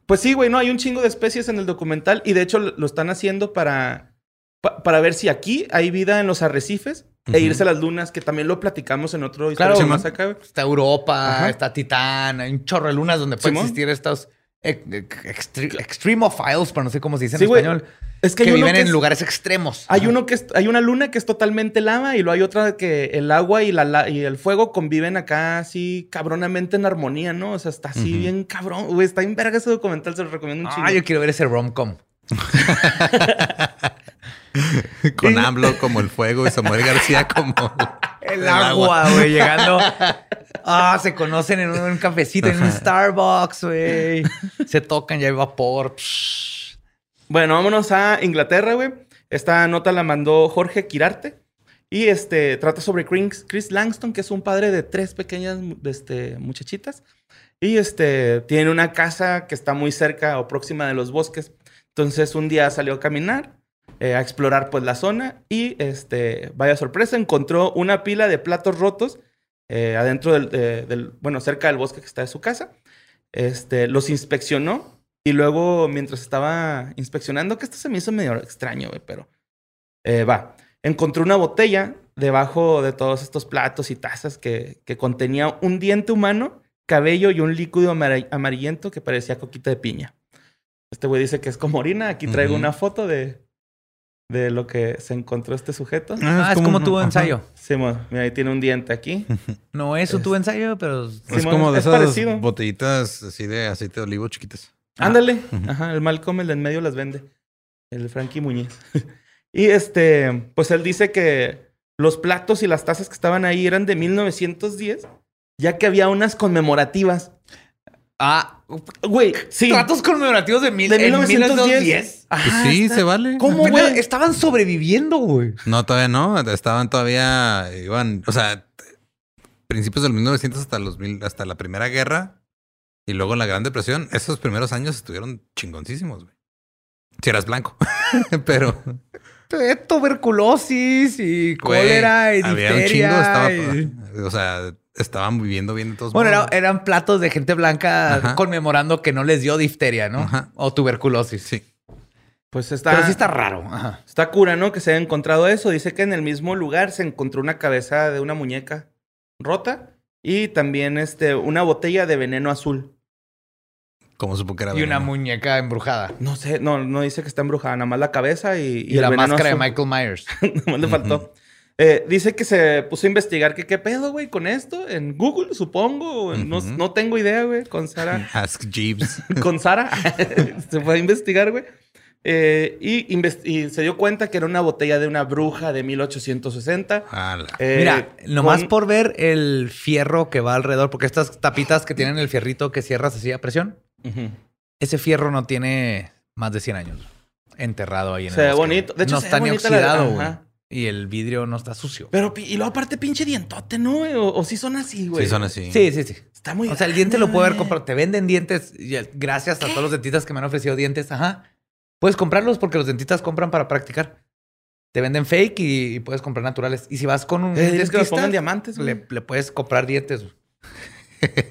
Speaker 3: pues sí, güey, no, hay un chingo de especies en el documental y de hecho lo lo están haciendo para, pa- para ver si aquí hay vida en los arrecifes e irse a las lunas, que también lo platicamos en otro
Speaker 2: Claro,
Speaker 3: historia
Speaker 2: Simón.
Speaker 3: más acá, güey.
Speaker 2: Está Europa,
Speaker 3: Ajá.
Speaker 2: está Titán, hay un chorro de lunas donde pueden
Speaker 3: Simón.
Speaker 2: existir estos ex- ex- extre- extremophiles, pero no sé cómo se dice en
Speaker 3: Sí, güey.
Speaker 2: español,
Speaker 3: Es
Speaker 2: que,
Speaker 3: hay uno
Speaker 2: viven en
Speaker 3: es-
Speaker 2: lugares extremos.
Speaker 3: Hay uno que es- hay una luna que es totalmente lava y luego hay otra que el agua y, la, la- y el fuego conviven acá así cabronamente en armonía, ¿no? O sea, está así
Speaker 4: Ujú.
Speaker 3: bien cabrón. Güey, está en verga ese documental, se lo recomiendo un chingo.
Speaker 2: Ah, yo quiero ver ese rom-com.
Speaker 4: Con AMLO como el fuego y Samuel García como
Speaker 2: [LAUGHS] El,
Speaker 4: [LAUGHS]
Speaker 2: agua, güey, llegando. [LAUGHS] Ah, se conocen en un, un cafecito, en un Starbucks, güey. Se tocan, ya hay vapor. Psh.
Speaker 3: Bueno, vámonos a Inglaterra, güey. Esta nota la mandó Jorge Quirarte. Y este trata sobre Chris, Chris Langston, que es un padre de tres pequeñas este, muchachitas. Y este tiene una casa que está muy cerca o próxima de los bosques. Entonces un día salió a caminar, eh, a explorar pues la zona y este, vaya sorpresa, encontró una pila de platos rotos eh, adentro del, de- del, bueno, cerca del bosque que está de su casa. Este, los inspeccionó y luego mientras estaba inspeccionando, que esto se me hizo medio extraño, güey, pero eh, va, encontró una botella debajo de todos estos platos y tazas que, que contenía un diente humano, cabello y un líquido amar- amarillento que parecía coquita de piña. Este güey dice que es como orina. Aquí traigo
Speaker 4: Ujú.
Speaker 3: una foto de, de lo que se encontró este sujeto.
Speaker 2: Ah, es como, tu
Speaker 4: ajá.
Speaker 2: ensayo.
Speaker 3: Simón, mira, ahí tiene un diente aquí.
Speaker 2: No es un tu ensayo, pero
Speaker 4: Es
Speaker 3: Simón,
Speaker 4: como de
Speaker 3: es
Speaker 4: esas
Speaker 3: parecido.
Speaker 4: botellitas así de aceite de olivo chiquitas.
Speaker 3: Ándale. Ajá, el Malcolm, el de en medio las vende. El Frankie Muñiz. [LAUGHS] y este, pues él dice que los platos y las tazas que estaban ahí eran de 1910, ya que había unas conmemorativas.
Speaker 2: Ah,
Speaker 3: Güey, sí.
Speaker 2: tratos conmemorativos de, mil,
Speaker 3: de
Speaker 2: en 1910.
Speaker 3: Ajá,
Speaker 4: Pues sí,
Speaker 3: está-
Speaker 4: se vale.
Speaker 2: Ah, ¿Cómo,
Speaker 3: Pero
Speaker 2: güey? Estaban sobreviviendo, güey.
Speaker 4: No, todavía no. Estaban todavía, iban, o sea, t- principios del 1900 hasta los mil, hasta la Primera Guerra y luego la Gran Depresión. Esos primeros años estuvieron chingoncísimos, güey. Si eras blanco, [LAUGHS] pero
Speaker 2: Eh, Tuberculosis y
Speaker 4: güey,
Speaker 2: cólera y
Speaker 4: había un
Speaker 2: difteria. y-
Speaker 4: estaba- o sea, estaban viviendo bien de todos
Speaker 2: Bueno, era-
Speaker 4: modos.
Speaker 2: eran platos de gente blanca
Speaker 4: Ajá.
Speaker 2: conmemorando que no les dio difteria, ¿no?
Speaker 4: Ajá.
Speaker 2: O tuberculosis.
Speaker 4: Sí.
Speaker 3: Pues está.
Speaker 2: Pero sí está raro. Ajá.
Speaker 3: Está cura, ¿no? Que se haya encontrado eso. Dice que en el mismo lugar se encontró una cabeza de una muñeca rota y también este, una botella de veneno azul.
Speaker 4: Como supo que era
Speaker 2: Y una
Speaker 4: veneno.
Speaker 2: muñeca embrujada.
Speaker 3: No sé, no, no dice que está embrujada, nada más la cabeza y,
Speaker 2: Y, la máscara de
Speaker 3: Michael. [LAUGHS]
Speaker 2: Michael Myers.
Speaker 3: Nomás le faltó.
Speaker 4: Ujú.
Speaker 3: Eh, dice que se puso a investigar que qué pedo, güey, con esto. En Google, supongo. o en- no,
Speaker 4: Ujú.
Speaker 3: no tengo idea, güey, con Sara. [LAUGHS]
Speaker 4: Ask Jeeves.
Speaker 3: con Sara. [LAUGHS] se fue a investigar, güey. Eh, y, inves- y se dio cuenta que era una botella de una bruja de 1860.
Speaker 4: Ala.
Speaker 3: Eh,
Speaker 2: Mira, nomás
Speaker 3: con-
Speaker 2: por ver el fierro que va alrededor, porque estas tapitas que tienen el fierrito que cierras así a presión,
Speaker 3: Ujú.
Speaker 2: ese fierro no tiene más de 100 años enterrado ahí en
Speaker 3: Se
Speaker 2: el
Speaker 3: ve
Speaker 2: bosque,
Speaker 3: bonito.
Speaker 2: güey.
Speaker 3: De hecho,
Speaker 2: no
Speaker 3: se ve
Speaker 2: está ni
Speaker 3: bonita la-
Speaker 2: oxidado, güey.
Speaker 3: ajá.
Speaker 2: Y el vidrio no está sucio.
Speaker 3: Pero, pi- y luego aparte, pinche dientote, ¿no? güey? O, o sí son así, güey.
Speaker 4: Sí, son así.
Speaker 2: Sí, sí, sí.
Speaker 3: Está muy
Speaker 2: O sea, el diente lo
Speaker 3: grande,
Speaker 2: puede haber
Speaker 3: güey.
Speaker 2: comprado. Te venden dientes. y el- gracias a todos los dentistas que me han ofrecido dientes. Ajá. Puedes comprarlos porque los dentistas compran para practicar. Te venden fake y, y puedes comprar naturales. Y si vas con un
Speaker 3: Eh, diles que los
Speaker 2: dentista,
Speaker 3: pongan diamantes, güey.
Speaker 2: le, le puedes comprar dientes. güey.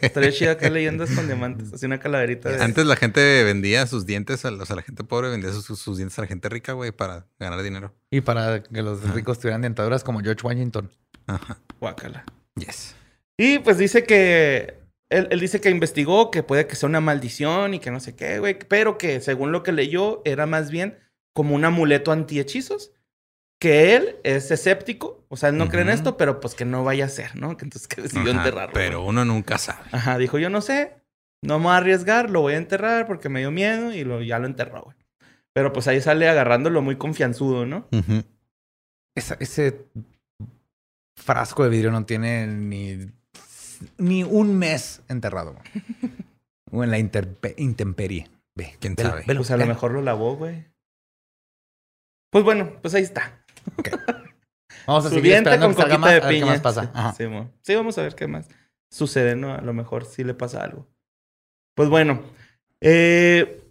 Speaker 3: Estaría chido acá leyendas con diamantes. Así una calaverita de...
Speaker 4: Antes la gente vendía sus dientes, a, la- o sea, la gente pobre vendía sus, sus dientes a la gente rica, güey, para ganar dinero.
Speaker 2: Y para que los ricos tuvieran dentaduras como George Washington.
Speaker 4: Ajá.
Speaker 3: Guácala.
Speaker 4: Yes.
Speaker 3: Y pues dice que Él, él dice que investigó, que puede que sea una maldición y que no sé qué, güey. Pero que según lo que leyó, era más bien como un amuleto antihechizos. Que él es escéptico, o sea, él no cree en
Speaker 4: Ujú.
Speaker 3: esto, pero pues que no vaya a ser, ¿no? Que Entonces que decidió
Speaker 4: Ajá,
Speaker 3: enterrarlo. güey.
Speaker 4: Pero uno nunca sabe.
Speaker 3: Ajá, dijo, yo no sé, no me voy a arriesgar, lo voy a enterrar porque me dio miedo y lo, ya lo enterró, güey. Pero pues ahí sale agarrándolo muy confianzudo, ¿no?
Speaker 4: Ujú.
Speaker 2: Esa- ese frasco de vidrio no tiene ni, ni un mes enterrado. [LAUGHS] o en la interpe- intemperie. Ve,
Speaker 4: ¿Quién
Speaker 2: velo,
Speaker 4: sabe?
Speaker 2: velo,
Speaker 3: Pues a lo
Speaker 2: velo.
Speaker 3: mejor lo lavó, güey. Pues bueno, pues ahí está.
Speaker 2: Vamos a
Speaker 3: Su
Speaker 2: seguir
Speaker 3: diente
Speaker 2: Pues, esperando
Speaker 3: con
Speaker 2: que salga
Speaker 3: coquita
Speaker 2: más,
Speaker 3: de
Speaker 2: a ver qué
Speaker 3: piña.
Speaker 2: más pasa.
Speaker 3: Sí,
Speaker 2: Ajá.
Speaker 3: Sí, mo. Sí, vamos a ver qué más sucede, ¿no? A lo mejor sí le pasa algo. Pues bueno, eh,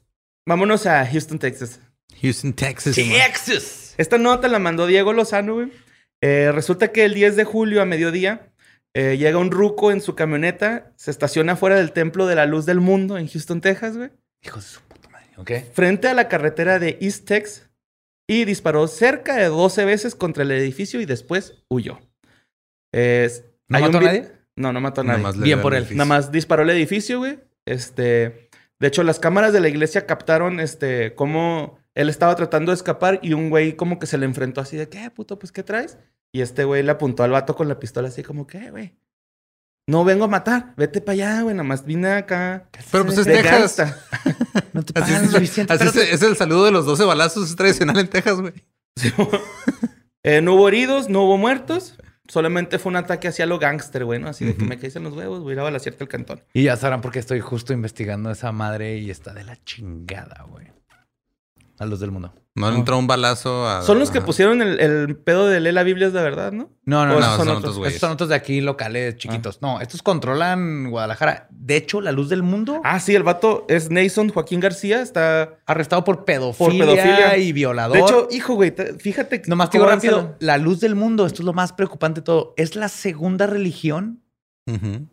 Speaker 3: vámonos a Houston, Texas.
Speaker 4: Houston, Texas. ma.
Speaker 3: Esta nota la mandó Diego Lozano, güey. Eh, resulta que el 10 de julio a mediodía eh, llega un ruco en su camioneta, se estaciona fuera del Templo de la Luz del Mundo en Houston, Texas, güey,
Speaker 2: Hijo de su puta madre. ¿Ok?
Speaker 3: frente a la carretera de East Tex y disparó cerca de 12 veces contra el edificio y después huyó. Es-
Speaker 2: ¿No
Speaker 3: hay un
Speaker 2: mató a
Speaker 3: vi-
Speaker 2: nadie?
Speaker 3: No, no mató a
Speaker 4: Nada
Speaker 3: nadie.
Speaker 4: más le
Speaker 2: Bien
Speaker 4: veo
Speaker 2: por
Speaker 4: el
Speaker 2: él.
Speaker 4: edificio.
Speaker 3: Nada más disparó el edificio, güey. Este. De hecho, las cámaras de la iglesia captaron este. cómo él estaba tratando de escapar y un güey como que se le enfrentó así de ¿qué puto? Pues ¿qué traes? Y este güey le apuntó al vato con la pistola así como ¿qué, güey? No vengo a matar, vete para allá, güey, nada más vine acá.
Speaker 4: Pero pues es
Speaker 3: de
Speaker 4: Texas.
Speaker 3: gangsta.
Speaker 2: Ah, No te
Speaker 4: Así
Speaker 2: pagan lo
Speaker 4: es,
Speaker 2: suficiente.
Speaker 4: así es-
Speaker 2: espérate.
Speaker 4: es el saludo de los 12 balazos tradicional en Texas, güey.
Speaker 3: Eh, no hubo heridos, no hubo muertos. Solamente fue un ataque hacia lo gangster, güey, ¿no? Así de que
Speaker 4: Ujú.
Speaker 3: me caíse en los huevos, voy a ir a balasearte el cantón.
Speaker 2: Y ya sabrán porque estoy justo investigando esa madre y está de la chingada, güey. A los del mundo.
Speaker 4: No le entró un balazo a.
Speaker 3: Son los que
Speaker 4: Ah, ajá.
Speaker 3: pusieron el, el pedo de lee la Biblia, es la verdad, ¿no?
Speaker 2: No, no,
Speaker 3: O
Speaker 2: no.
Speaker 4: No,
Speaker 3: esos
Speaker 4: son,
Speaker 3: son
Speaker 4: otros,
Speaker 3: otros.
Speaker 4: güeyes.
Speaker 2: Estos son otros de aquí, locales, chiquitos. No, estos controlan Guadalajara. De hecho, la luz del mundo
Speaker 3: Ah, sí, el vato es Nason Joaquín García, está...
Speaker 2: arrestado por pedofilia,
Speaker 3: pedofilia.
Speaker 2: y violador.
Speaker 3: De hecho, hijo, güey, te- fíjate... que-
Speaker 2: nomás te
Speaker 3: cómo
Speaker 2: digo
Speaker 3: avanza
Speaker 2: rápido, la luz del mundo, esto es lo más preocupante de todo, es la segunda religión
Speaker 4: Ujú.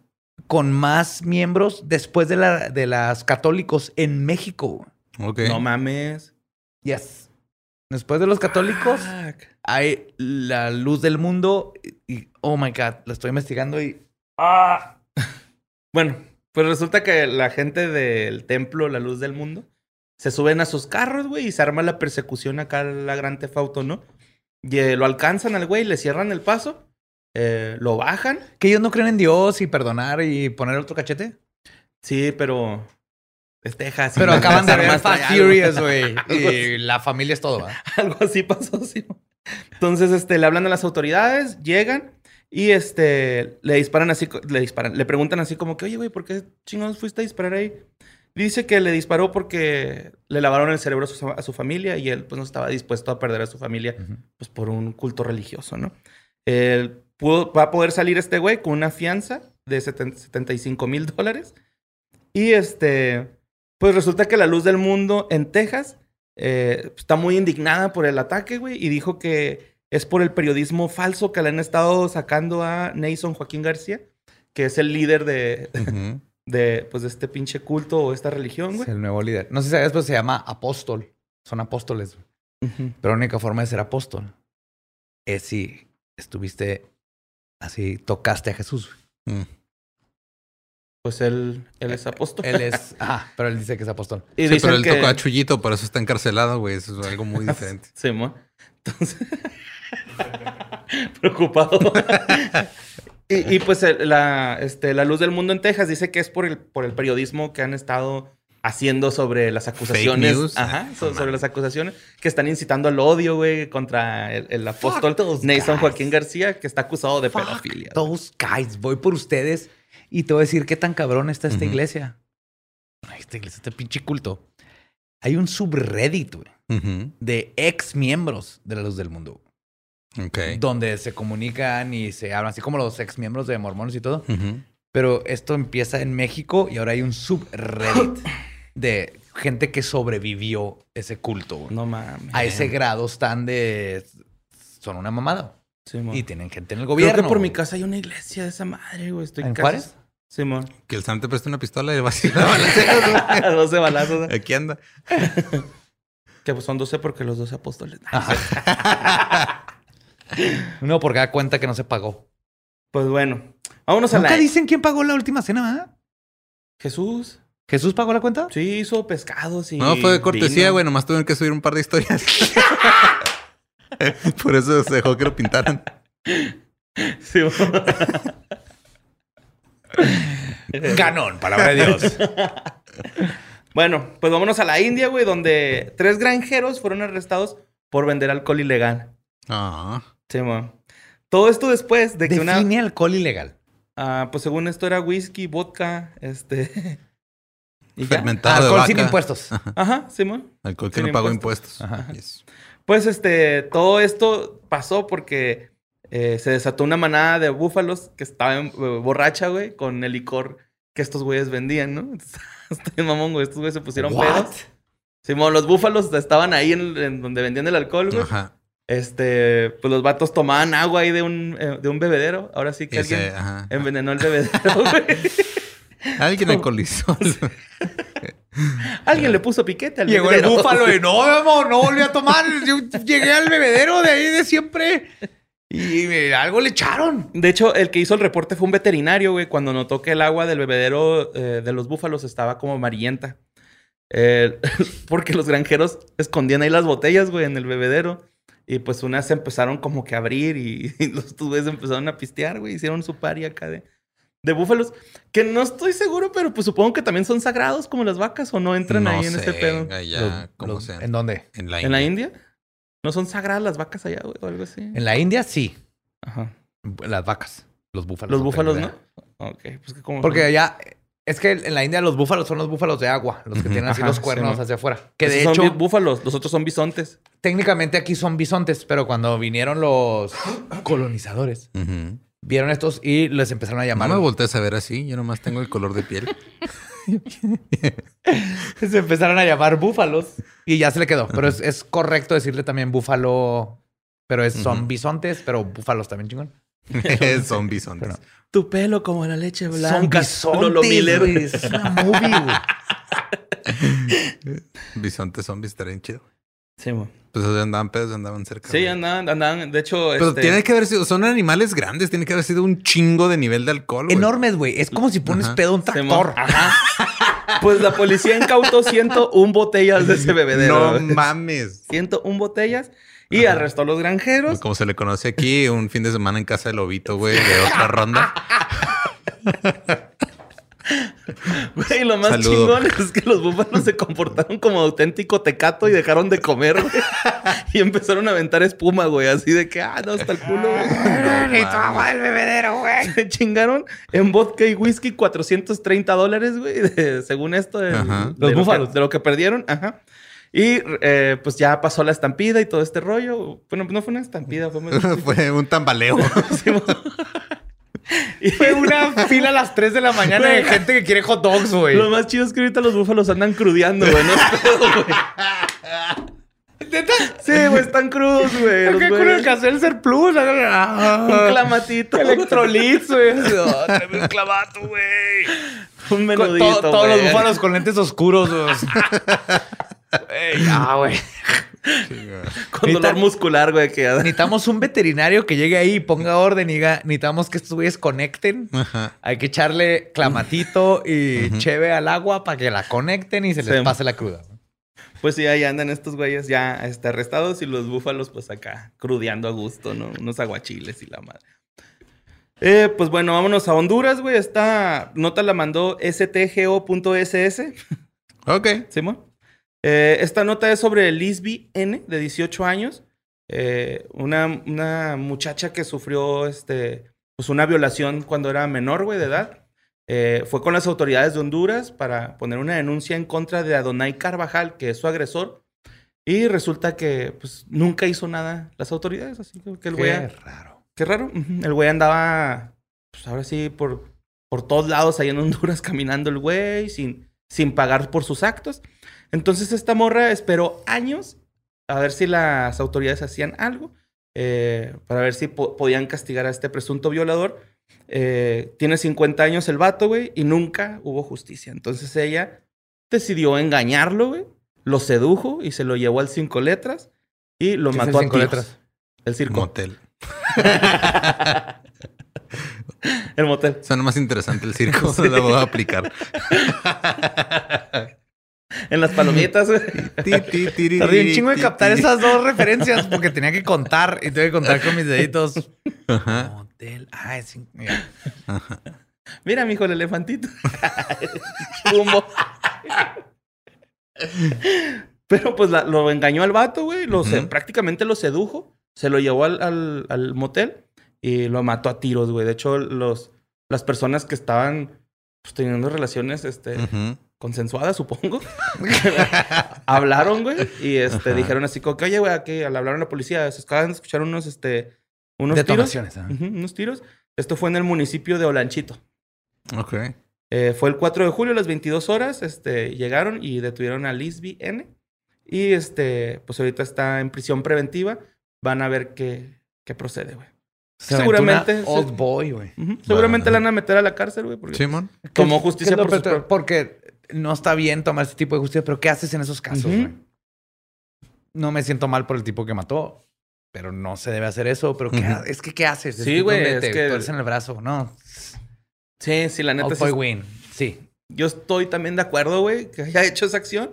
Speaker 2: con más miembros después de, la, de las católicos en México.
Speaker 4: Ok.
Speaker 3: la- No mames.
Speaker 2: Yes. Después de los católicos,
Speaker 3: Fuck.
Speaker 2: hay la luz del mundo y, y- oh my god, lo estoy investigando y
Speaker 3: [LAUGHS] Bueno, pues resulta que la gente del templo La Luz del Mundo se suben a sus carros, güey, y se arma la persecución acá la Gran Tefauto, ¿no? Y eh, lo alcanzan al güey, le cierran el paso, eh, lo bajan.
Speaker 2: que ellos no creen en Dios y perdonar y poner otro cachete.
Speaker 3: Sí, pero... Es Texas.
Speaker 2: Pero
Speaker 3: [LAUGHS] y-
Speaker 2: acaban de
Speaker 3: se arma
Speaker 2: ver
Speaker 3: hasta
Speaker 2: Fast
Speaker 3: allá, güey.
Speaker 2: Furious, güey. Y la familia es todo, ¿va?
Speaker 3: [LAUGHS] Algo así pasó, sí. Entonces, este, le hablan a las autoridades, llegan y este, le disparan así, co- le disparan, le preguntan así como que, oye, güey, ¿por qué chingados fuiste a disparar ahí? Dice que le disparó porque le lavaron el cerebro a su, a su familia y él, pues, no estaba dispuesto a perder a su familia,
Speaker 2: Ujú.
Speaker 3: pues, por un culto religioso, ¿no? Él pudo- va a poder salir este güey con una fianza de 70 75 mil dólares y este, pues, resulta que la luz del mundo en Texas eh, está muy indignada por el ataque, güey, y dijo que es por el periodismo falso que le han estado sacando a Nason Joaquín García, que es el líder de,
Speaker 4: Ujú.
Speaker 3: de, pues, de este pinche culto o esta
Speaker 2: [LAUGHS]
Speaker 3: religión,
Speaker 2: Es
Speaker 3: güey.
Speaker 2: el nuevo líder. No sé si sabías, pero se llama apóstol. Son apóstoles. güey.
Speaker 3: Ujú.
Speaker 2: Pero la única forma de ser apóstol es si estuviste así, tocaste a Jesús. güey.
Speaker 4: Mm.
Speaker 3: Pues él, él es apóstol.
Speaker 2: Él
Speaker 3: [LAUGHS]
Speaker 2: es. ah, pero él dice que es apóstol.
Speaker 3: y
Speaker 4: Eh, Sí,
Speaker 3: dicen
Speaker 4: pero él
Speaker 3: que-
Speaker 4: tocó a Chuyito, por eso está encarcelado, güey. Eso es algo
Speaker 2: [LAUGHS]
Speaker 4: muy diferente.
Speaker 3: Sí, mo. Entonces. [LAUGHS] Preocupado. [LAUGHS] y, y, pues el- la, este, la luz del mundo en Texas dice que es por el, por el periodismo que han estado haciendo sobre las acusaciones.
Speaker 4: news.
Speaker 3: Ajá,
Speaker 4: Ah,
Speaker 3: so-
Speaker 4: no
Speaker 3: sobre
Speaker 4: mames.
Speaker 3: las acusaciones que están incitando al odio, güey, contra el, el apóstol
Speaker 2: those
Speaker 3: Nathan
Speaker 2: guys.
Speaker 3: Joaquín García, que está acusado de pedofilia.
Speaker 2: Fuck those guys. Voy por ustedes y te voy a decir qué tan cabrón está esta
Speaker 4: Ujú.
Speaker 2: iglesia. Ay, esta iglesia, este pinche culto. Hay un subreddit, güey,
Speaker 4: Ujú.
Speaker 2: de ex miembros de la luz del mundo. güey,
Speaker 4: Ok.
Speaker 2: Donde se comunican y se hablan, así como los ex miembros de mormones y todo.
Speaker 4: Ujú.
Speaker 2: Pero esto empieza en México y ahora hay un
Speaker 3: [COUGHS]
Speaker 2: subreddit de gente que sobrevivió ese culto. güey.
Speaker 3: No mames.
Speaker 2: a ese grado están de... Son una mamada.
Speaker 3: Sí, mo.
Speaker 2: Y tienen gente en el
Speaker 3: Creo
Speaker 2: gobierno.
Speaker 3: que por mi
Speaker 2: güey.
Speaker 3: casa hay una iglesia de esa madre, güey. Estoy
Speaker 2: ¿En
Speaker 3: casi-
Speaker 2: Juárez?
Speaker 3: Sí, [LAUGHS] mo.
Speaker 4: Que el Sam te preste una pistola y le vas a ir
Speaker 2: [LAUGHS]
Speaker 4: a balacera,
Speaker 3: 12 balazos.
Speaker 2: Eh.
Speaker 4: güey. Aquí anda.
Speaker 3: Que pues son 12 porque los 12 apóstoles.
Speaker 2: [LAUGHS] Uno por cada cuenta que no se pagó.
Speaker 3: Pues bueno, vámonos a
Speaker 2: Nunca
Speaker 3: la.
Speaker 2: dicen quién pagó la última cena, ¿verdad?
Speaker 3: Jesús.
Speaker 2: ¿Jesús pagó la cuenta?
Speaker 3: Sí, hizo pescados y.
Speaker 4: No, fue de cortesía,
Speaker 3: vino.
Speaker 4: güey. Nomás tuvieron que subir un par de historias. [LAUGHS] Por eso se dejó que lo pintaran.
Speaker 3: [LAUGHS] Sí, mo-
Speaker 2: Ganón, palabra de
Speaker 3: [LAUGHS]
Speaker 2: Dios.
Speaker 3: bueno, pues vámonos a la India, güey, donde tres granjeros fueron arrestados por vender alcohol ilegal.
Speaker 4: Ah.
Speaker 3: Sí, mo. Todo esto después de que una.
Speaker 2: Define alcohol ilegal.
Speaker 3: Ah, pues según esto era whisky, vodka, este. [LAUGHS] y ya.
Speaker 4: Fermentado
Speaker 2: Ah,
Speaker 4: de
Speaker 2: Alcohol
Speaker 4: vaca.
Speaker 2: sin
Speaker 4: [LAUGHS]
Speaker 2: impuestos.
Speaker 3: Ajá, Simón.
Speaker 4: Alcohol que
Speaker 3: Sin
Speaker 4: no pagó
Speaker 3: impuestos.
Speaker 4: impuestos.
Speaker 3: Ajá.
Speaker 4: Yes.
Speaker 3: Pues este, todo esto pasó porque eh, se desató una manada de búfalos que estaba en- eh, borracha, güey, con el licor que estos güeyes vendían, ¿no? [LAUGHS] Está bien mamón, güey. Estos güeyes se pusieron pedos. Simón, los búfalos estaban ahí en, en donde vendían el alcohol, güey.
Speaker 4: Ajá.
Speaker 3: Este, pues los vatos tomaban agua ahí de un, eh, de un bebedero. Ahora sí que
Speaker 4: Y se-
Speaker 3: alguien
Speaker 4: ajá.
Speaker 3: envenenó el bebedero, [LAUGHS] güey.
Speaker 2: [LAUGHS]
Speaker 3: [LAUGHS]
Speaker 4: Alguien alcoholizó.
Speaker 3: Alguien le puso piquete al
Speaker 2: Llegó el
Speaker 3: bebedero.
Speaker 2: búfalo y no, vamos, no volví a
Speaker 3: [LAUGHS]
Speaker 2: tomar. Yo llegué al bebedero de ahí de siempre y me- algo le echaron.
Speaker 3: De hecho, el que hizo el reporte fue un veterinario, güey, cuando notó que el agua del bebedero eh, de los búfalos estaba como amarillenta. Eh, [LAUGHS] porque los granjeros escondían ahí las botellas, güey, en el bebedero. Y pues unas se empezaron como que a abrir y, [LAUGHS] y los tubes empezaron a pistear, güey. Hicieron su party acá de, de búfalos. Que no estoy seguro, pero pues supongo que también son sagrados como las vacas o no entran ahí en ese pedo.
Speaker 4: Allá, ¿cómo
Speaker 2: Los-
Speaker 4: se-
Speaker 2: ¿En dónde?
Speaker 4: En la
Speaker 3: ¿En la India? ¿No son sagradas las vacas allá, güey, o algo así?
Speaker 2: En la India, sí.
Speaker 3: Ajá.
Speaker 2: Las vacas. Los búfalos.
Speaker 3: Los
Speaker 2: son
Speaker 3: búfalos, ¿no?
Speaker 2: peligrosos.
Speaker 3: Ok, pues que como...
Speaker 2: Porque allá... Es que en la India los búfalos son los búfalos de agua, los que
Speaker 4: Ujú.
Speaker 2: tienen así
Speaker 3: Ajá,
Speaker 2: los cuernos
Speaker 3: sí, ¿no?
Speaker 2: hacia afuera. Que de
Speaker 3: Esos
Speaker 2: hecho,
Speaker 3: son bi- búfalos, los otros son bisontes.
Speaker 2: técnicamente aquí son bisontes, pero cuando vinieron
Speaker 3: [GASPS]
Speaker 2: los colonizadores,
Speaker 4: Ujú.
Speaker 2: vieron estos y les empezaron a
Speaker 4: No
Speaker 2: llamar.
Speaker 4: me voltees a ver así. Yo nomás tengo el color de
Speaker 3: [LAUGHS]
Speaker 4: piel. [LAUGHS]
Speaker 2: [LAUGHS] Se empezaron a llamar búfalos. Y ya se le quedó. Pero es, es correcto decirle también búfalo. Pero es, son
Speaker 4: Ujú.
Speaker 2: bisontes, pero búfalos también chingón.
Speaker 4: son bisontes.
Speaker 3: Tu pelo como la leche
Speaker 2: son
Speaker 3: Lolo
Speaker 2: bisontes.
Speaker 3: Miller.
Speaker 2: güey. Es una movie, güey.
Speaker 4: Bisontes zombies estaría bien chido.
Speaker 3: Sí, mo.
Speaker 4: Pues o sea, andaban pedos, andaban cerca.
Speaker 3: Sí,
Speaker 4: güey.
Speaker 3: andaban, andaban. De hecho,
Speaker 4: Pero
Speaker 3: este,
Speaker 4: tiene que haber sido, son animales grandes, tiene que haber sido un chingo de nivel de alcohol.
Speaker 2: [LAUGHS]
Speaker 4: güey.
Speaker 2: Enormes, güey. Es como si pones
Speaker 4: Ajá.
Speaker 2: pedo a un
Speaker 3: se mo- [LAUGHS]
Speaker 2: tractor.
Speaker 3: Ajá. Pues la policía incautó 101 botellas de ese bebedero.
Speaker 4: No
Speaker 3: güey.
Speaker 4: mames.
Speaker 3: 101 botellas y
Speaker 4: Ajá.
Speaker 3: arrestó a los granjeros.
Speaker 4: Como se le conoce aquí, un fin de semana en casa de Lobito, güey, de otra ronda.
Speaker 3: Güey, Y lo más
Speaker 4: Saludo.
Speaker 3: chingón es que los búfalos se comportaron como auténtico tecato y dejaron de comer, güey. Y empezaron a aventar espuma, güey. Así de que, ah, no, hasta el culo, güey.
Speaker 2: Y toma el bebedero, güey.
Speaker 3: Se chingaron en vodka y whisky 430 dólares, güey, de- según esto. del-
Speaker 4: Ajá.
Speaker 3: de
Speaker 4: Los
Speaker 3: lo que-
Speaker 2: búfalos.
Speaker 3: de lo que perdieron, ajá. Y eh, pues ya pasó la estampida y todo este rollo. Bueno, no fue una estampida,
Speaker 4: [LAUGHS]
Speaker 3: fue medio- [LAUGHS]
Speaker 4: Fue un tambaleo.
Speaker 3: Y
Speaker 2: Fue una fila a las 3 de la mañana de gente que quiere hot dogs, güey.
Speaker 3: Lo más chido es que ahorita los búfalos andan crudeando,
Speaker 2: [LAUGHS]
Speaker 3: güey. No es pedo, güey. Sí, güey, están crudos, güey. los
Speaker 2: ¿Qué
Speaker 3: güeyes.
Speaker 2: culo el Ah. que hacer el ser plus?
Speaker 3: Un
Speaker 2: Un
Speaker 3: clamatito.
Speaker 2: Electrolits, güey.
Speaker 3: [LAUGHS] un clamato, güey. Un
Speaker 2: Con-
Speaker 3: menudito,
Speaker 2: to- todos los
Speaker 3: güey.
Speaker 2: búfalos con lentes oscuros.
Speaker 3: [LAUGHS]
Speaker 2: güey. Ey, ya, güey.
Speaker 3: Con dolor muscular, güey. Que
Speaker 2: Necesitamos un veterinario que llegue ahí y ponga orden y diga, necesitamos que estos güeyes conecten.
Speaker 4: Ajá.
Speaker 2: Hay que echarle clamatito y cheve al agua para que la conecten y se les
Speaker 3: Sí.
Speaker 2: pase la cruda.
Speaker 3: Pues sí, ahí andan estos güeyes ya este, arrestados y los búfalos pues acá crudeando a gusto, ¿no? Unos aguachiles y la madre. Eh, pues bueno, vámonos a Honduras, güey. Esta nota la mandó stgo.ss,
Speaker 4: Ok.
Speaker 3: Simón. Eh, esta nota es sobre Lisby N, de 18 años. Eh, una, una muchacha que sufrió este, pues una violación cuando era menor, güey, de edad. Eh, fue con las autoridades de Honduras para poner una denuncia en contra de Adonai Carvajal, que es su agresor. Y resulta que pues, nunca hizo nada las autoridades, así que, que el güey...
Speaker 2: Qué raro.
Speaker 3: Qué raro. Ujú. El güey andaba, pues ahora sí, por, por todos lados ahí en Honduras [LAUGHS] caminando el güey, sin, sin pagar por sus actos. Entonces esta morra esperó años a ver si las autoridades hacían algo, eh, para ver si po- podían castigar a este presunto violador. Eh, tiene 50 años el vato, güey, y nunca hubo justicia. Entonces ella decidió engañarlo, güey, lo sedujo y se lo llevó al cinco letras y lo
Speaker 2: ¿Qué es el
Speaker 3: mató a
Speaker 2: Cinco
Speaker 3: tiros.
Speaker 2: Letras?
Speaker 3: El circo.
Speaker 4: Motel.
Speaker 3: El motel.
Speaker 4: Suena más interesante el [LAUGHS] circo. La voy a aplicar.
Speaker 3: En las palomitas, [LAUGHS] güey.
Speaker 2: Tardé un chingo de captar esas dos referencias porque tenía que contar y tuve que contar con mis deditos. [LAUGHS]
Speaker 4: Ajá.
Speaker 2: Motel. Ah, es in- mira.
Speaker 3: Mira, mijo, el elefantito. [LAUGHS] Pumbo. Pero pues la- lo engañó al vato, güey. Lo se-
Speaker 4: Ujú.
Speaker 3: prácticamente lo sedujo. Se lo llevó al, al- al motel y lo mató a tiros, güey. De hecho, los, las personas que estaban pues, teniendo relaciones este,
Speaker 4: Ujú. [LAUGHS]
Speaker 3: consensuadas, supongo. [LAUGHS] hablaron, güey, y este,
Speaker 4: Ajá.
Speaker 3: dijeron así como que, oye, güey, aquí al hablar a la policía, se acaban de escuchar unos, este, unos tiros.
Speaker 2: Detonaciones. ¿eh?
Speaker 3: Ujú, unos tiros. Esto fue en el municipio de Olanchito.
Speaker 4: Ok.
Speaker 3: Eh, fue el 4 de julio, a las 22 horas, este, llegaron y detuvieron a Lisby N. Y este, pues ahorita está en prisión preventiva. Van a ver qué, qué procede, güey.
Speaker 2: Se
Speaker 3: Seguramente,
Speaker 2: aventó una Old
Speaker 3: sí.
Speaker 2: boy, güey.
Speaker 3: Ujú. Seguramente
Speaker 4: Bueno.
Speaker 3: la van a meter a la cárcel, güey, porque
Speaker 4: Simón.
Speaker 3: tomó
Speaker 2: ¿Qué-
Speaker 3: justicia
Speaker 2: qué es
Speaker 3: por
Speaker 2: lo
Speaker 3: sus
Speaker 2: peor?
Speaker 3: pro-
Speaker 2: Porque no está bien tomar este tipo de justicia, pero ¿qué haces en esos casos,
Speaker 3: Ujú.
Speaker 2: güey? No me siento mal por el tipo que mató, pero no se debe hacer eso. Pero ¿qué
Speaker 4: Ujú.
Speaker 2: ha- es que ¿qué haces?
Speaker 3: Sí,
Speaker 2: Es
Speaker 3: güey,
Speaker 2: donde
Speaker 3: es
Speaker 2: Te
Speaker 3: que-
Speaker 2: tuercen el brazo, ¿no?
Speaker 3: Sí, sí, la
Speaker 4: Oh,
Speaker 3: neta
Speaker 2: Old
Speaker 3: sí
Speaker 2: boy win. Sí.
Speaker 3: Yo estoy también de acuerdo, güey, que haya hecho esa acción.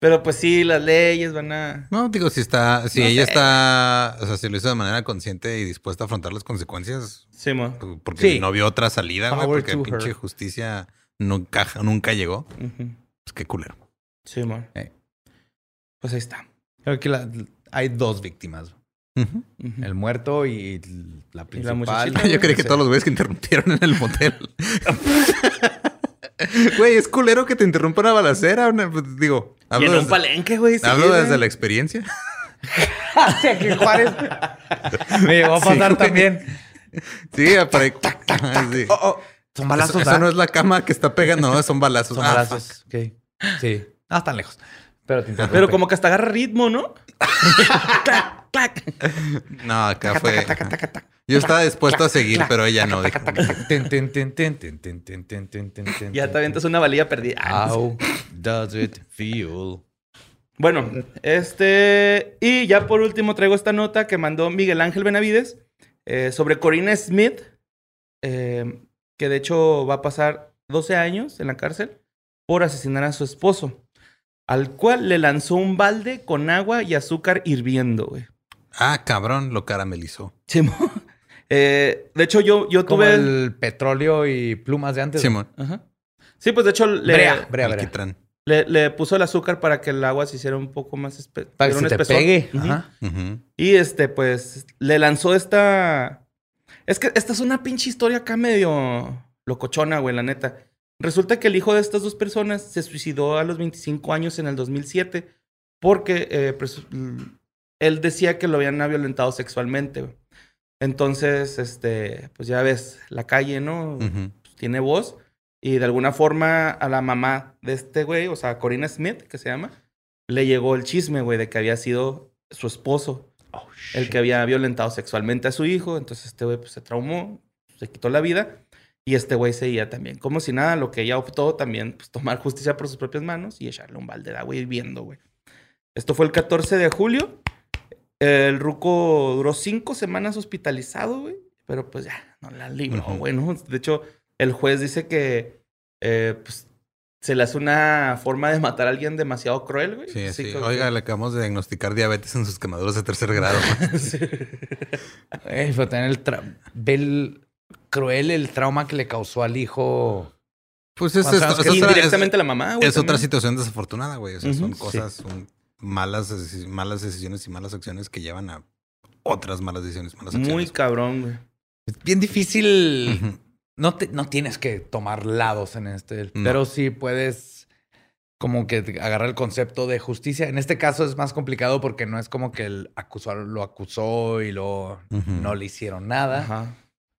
Speaker 3: Pero pues sí, las leyes van a.
Speaker 4: No, digo, si está, si
Speaker 3: No
Speaker 4: ella
Speaker 3: sé.
Speaker 4: está, o sea, si lo hizo de manera consciente y dispuesta a afrontar las consecuencias, pues,
Speaker 3: Sí, mo.
Speaker 4: porque
Speaker 2: Sí.
Speaker 4: no vio otra salida, güey,
Speaker 2: Power
Speaker 4: porque
Speaker 2: to
Speaker 4: pinche
Speaker 2: her.
Speaker 4: justicia nunca, nunca llegó.
Speaker 3: Ujú.
Speaker 4: Pues qué culero.
Speaker 3: Sí, mo.
Speaker 2: Eh.
Speaker 3: Pues ahí está.
Speaker 2: Creo que la- hay dos víctimas.
Speaker 4: Ujú.
Speaker 3: Ujú.
Speaker 2: El muerto y la
Speaker 3: Y la
Speaker 2: principal.
Speaker 3: muchachita,
Speaker 4: Yo creí que todos los güeyes que interrumpieron en el motel. [LAUGHS] Güey, es culero que te interrumpa una balacera. una- pues, digo,
Speaker 3: Y
Speaker 4: hablo,
Speaker 3: en un
Speaker 4: desde,
Speaker 3: palenque, güey. sí,
Speaker 4: hablo
Speaker 3: güey.
Speaker 4: desde la experiencia. [LAUGHS]
Speaker 2: Sí, aquí en Juárez. Me llegó a pasar
Speaker 4: Sí, güey.
Speaker 2: también.
Speaker 4: Sí, ah, para... Ajá, sí.
Speaker 2: Oh, oh, Son balazos.
Speaker 4: Eso, eso
Speaker 2: ¿verdad?
Speaker 4: no es la cama que está pegando, no, son balazos.
Speaker 2: Son
Speaker 4: Ah,
Speaker 2: balazos. Ok. Sí. No están lejos. Pero te interrumpe.
Speaker 3: Pero como que hasta agarra ritmo, ¿no? clac, clac.
Speaker 4: fuck. No, acá fue. Yo estaba dispuesto a seguir, pero ella no. dijo.
Speaker 2: Tin, tin, tin, tin, tin, tin, tin, tin, tin, tin, tin,
Speaker 3: Ya te
Speaker 2: tin,
Speaker 3: avientas una valía perdida.
Speaker 2: tin.
Speaker 3: Ah, no sé.
Speaker 2: How does it feel?
Speaker 3: Bueno, este. Y ya por último traigo esta nota que mandó Miguel Ángel Benavides eh, sobre Corina Smith, eh, que de hecho va a pasar 12 años en la cárcel por asesinar a su esposo, al cual le lanzó un balde con agua y azúcar hirviendo, güey.
Speaker 4: Ah, cabrón, lo caramelizó.
Speaker 3: Simón. Eh, de hecho, yo, yo
Speaker 2: Como
Speaker 3: tuve.
Speaker 2: el petróleo y plumas de antes.
Speaker 4: Simón,
Speaker 3: Ajá. Sí, pues de hecho le,
Speaker 2: Brea, brea, brea.
Speaker 4: alquitrán.
Speaker 3: le, le puso el azúcar para que el agua se hiciera un poco más espe-
Speaker 2: Para
Speaker 3: tuviera
Speaker 2: que
Speaker 3: un
Speaker 2: se te
Speaker 3: espesor.
Speaker 2: pegue.
Speaker 3: Ujú.
Speaker 2: Ajá.
Speaker 4: Ujú.
Speaker 3: Y este, pues, le lanzó esta. Es que esta es una pinche historia acá medio locochona, güey, la neta. Resulta que el hijo de estas dos personas se suicidó a los 25 años en el 2007 porque eh, presu- mm, él decía que lo habían violentado sexualmente, güey. Entonces, este, pues ya ves, la calle, ¿no?
Speaker 4: Ujú.
Speaker 3: pues, tiene voz. Y de alguna forma a la mamá de este güey, o sea, Corina Smith, que se llama, le llegó el chisme, güey, de que había sido su esposo el que había violentado sexualmente a su hijo. Entonces este güey pues, se traumó, se quitó la vida. Y este güey seguía también. Como si nada, lo que ella optó también, pues tomar justicia por sus propias manos y echarle un balde de agua hirviendo, güey. Esto fue el 14 de julio. El ruco duró cinco semanas hospitalizado, güey. Pero pues ya, no la libró,
Speaker 4: Ujú.
Speaker 3: güey. ¿no? De hecho, el juez dice que eh, pues, se le hace una forma de matar a alguien demasiado cruel, güey.
Speaker 4: Sí,
Speaker 3: Así
Speaker 4: sí.
Speaker 3: como
Speaker 4: Oiga,
Speaker 3: [LAUGHS] que-
Speaker 4: le acabamos de diagnosticar diabetes en sus quemaduras de tercer grado.
Speaker 2: Ey, pero también Eh, el tra- ve el cruel el trauma que le causó al hijo.
Speaker 4: Pues es,
Speaker 2: O sea,
Speaker 4: es-
Speaker 2: que
Speaker 4: es otra, es-
Speaker 3: Indirectamente la mamá, güey.
Speaker 4: es otra
Speaker 3: también.
Speaker 4: situación desafortunada, güey. O sea, son
Speaker 3: Ujú,
Speaker 4: cosas, son malas, deci- malas decisiones y malas acciones que llevan a otras malas decisiones, malas
Speaker 3: Muy
Speaker 4: acciones.
Speaker 3: cabrón, güey.
Speaker 2: Es bien difícil.
Speaker 4: Ujú.
Speaker 2: No, te- no tienes que tomar lados en este,
Speaker 4: No.
Speaker 2: pero sí puedes como que te- agarrar el concepto de justicia. En este caso es más complicado porque no es como que el acusador lo acusó y lo,
Speaker 4: Ujú.
Speaker 2: no le hicieron nada.
Speaker 3: Ajá.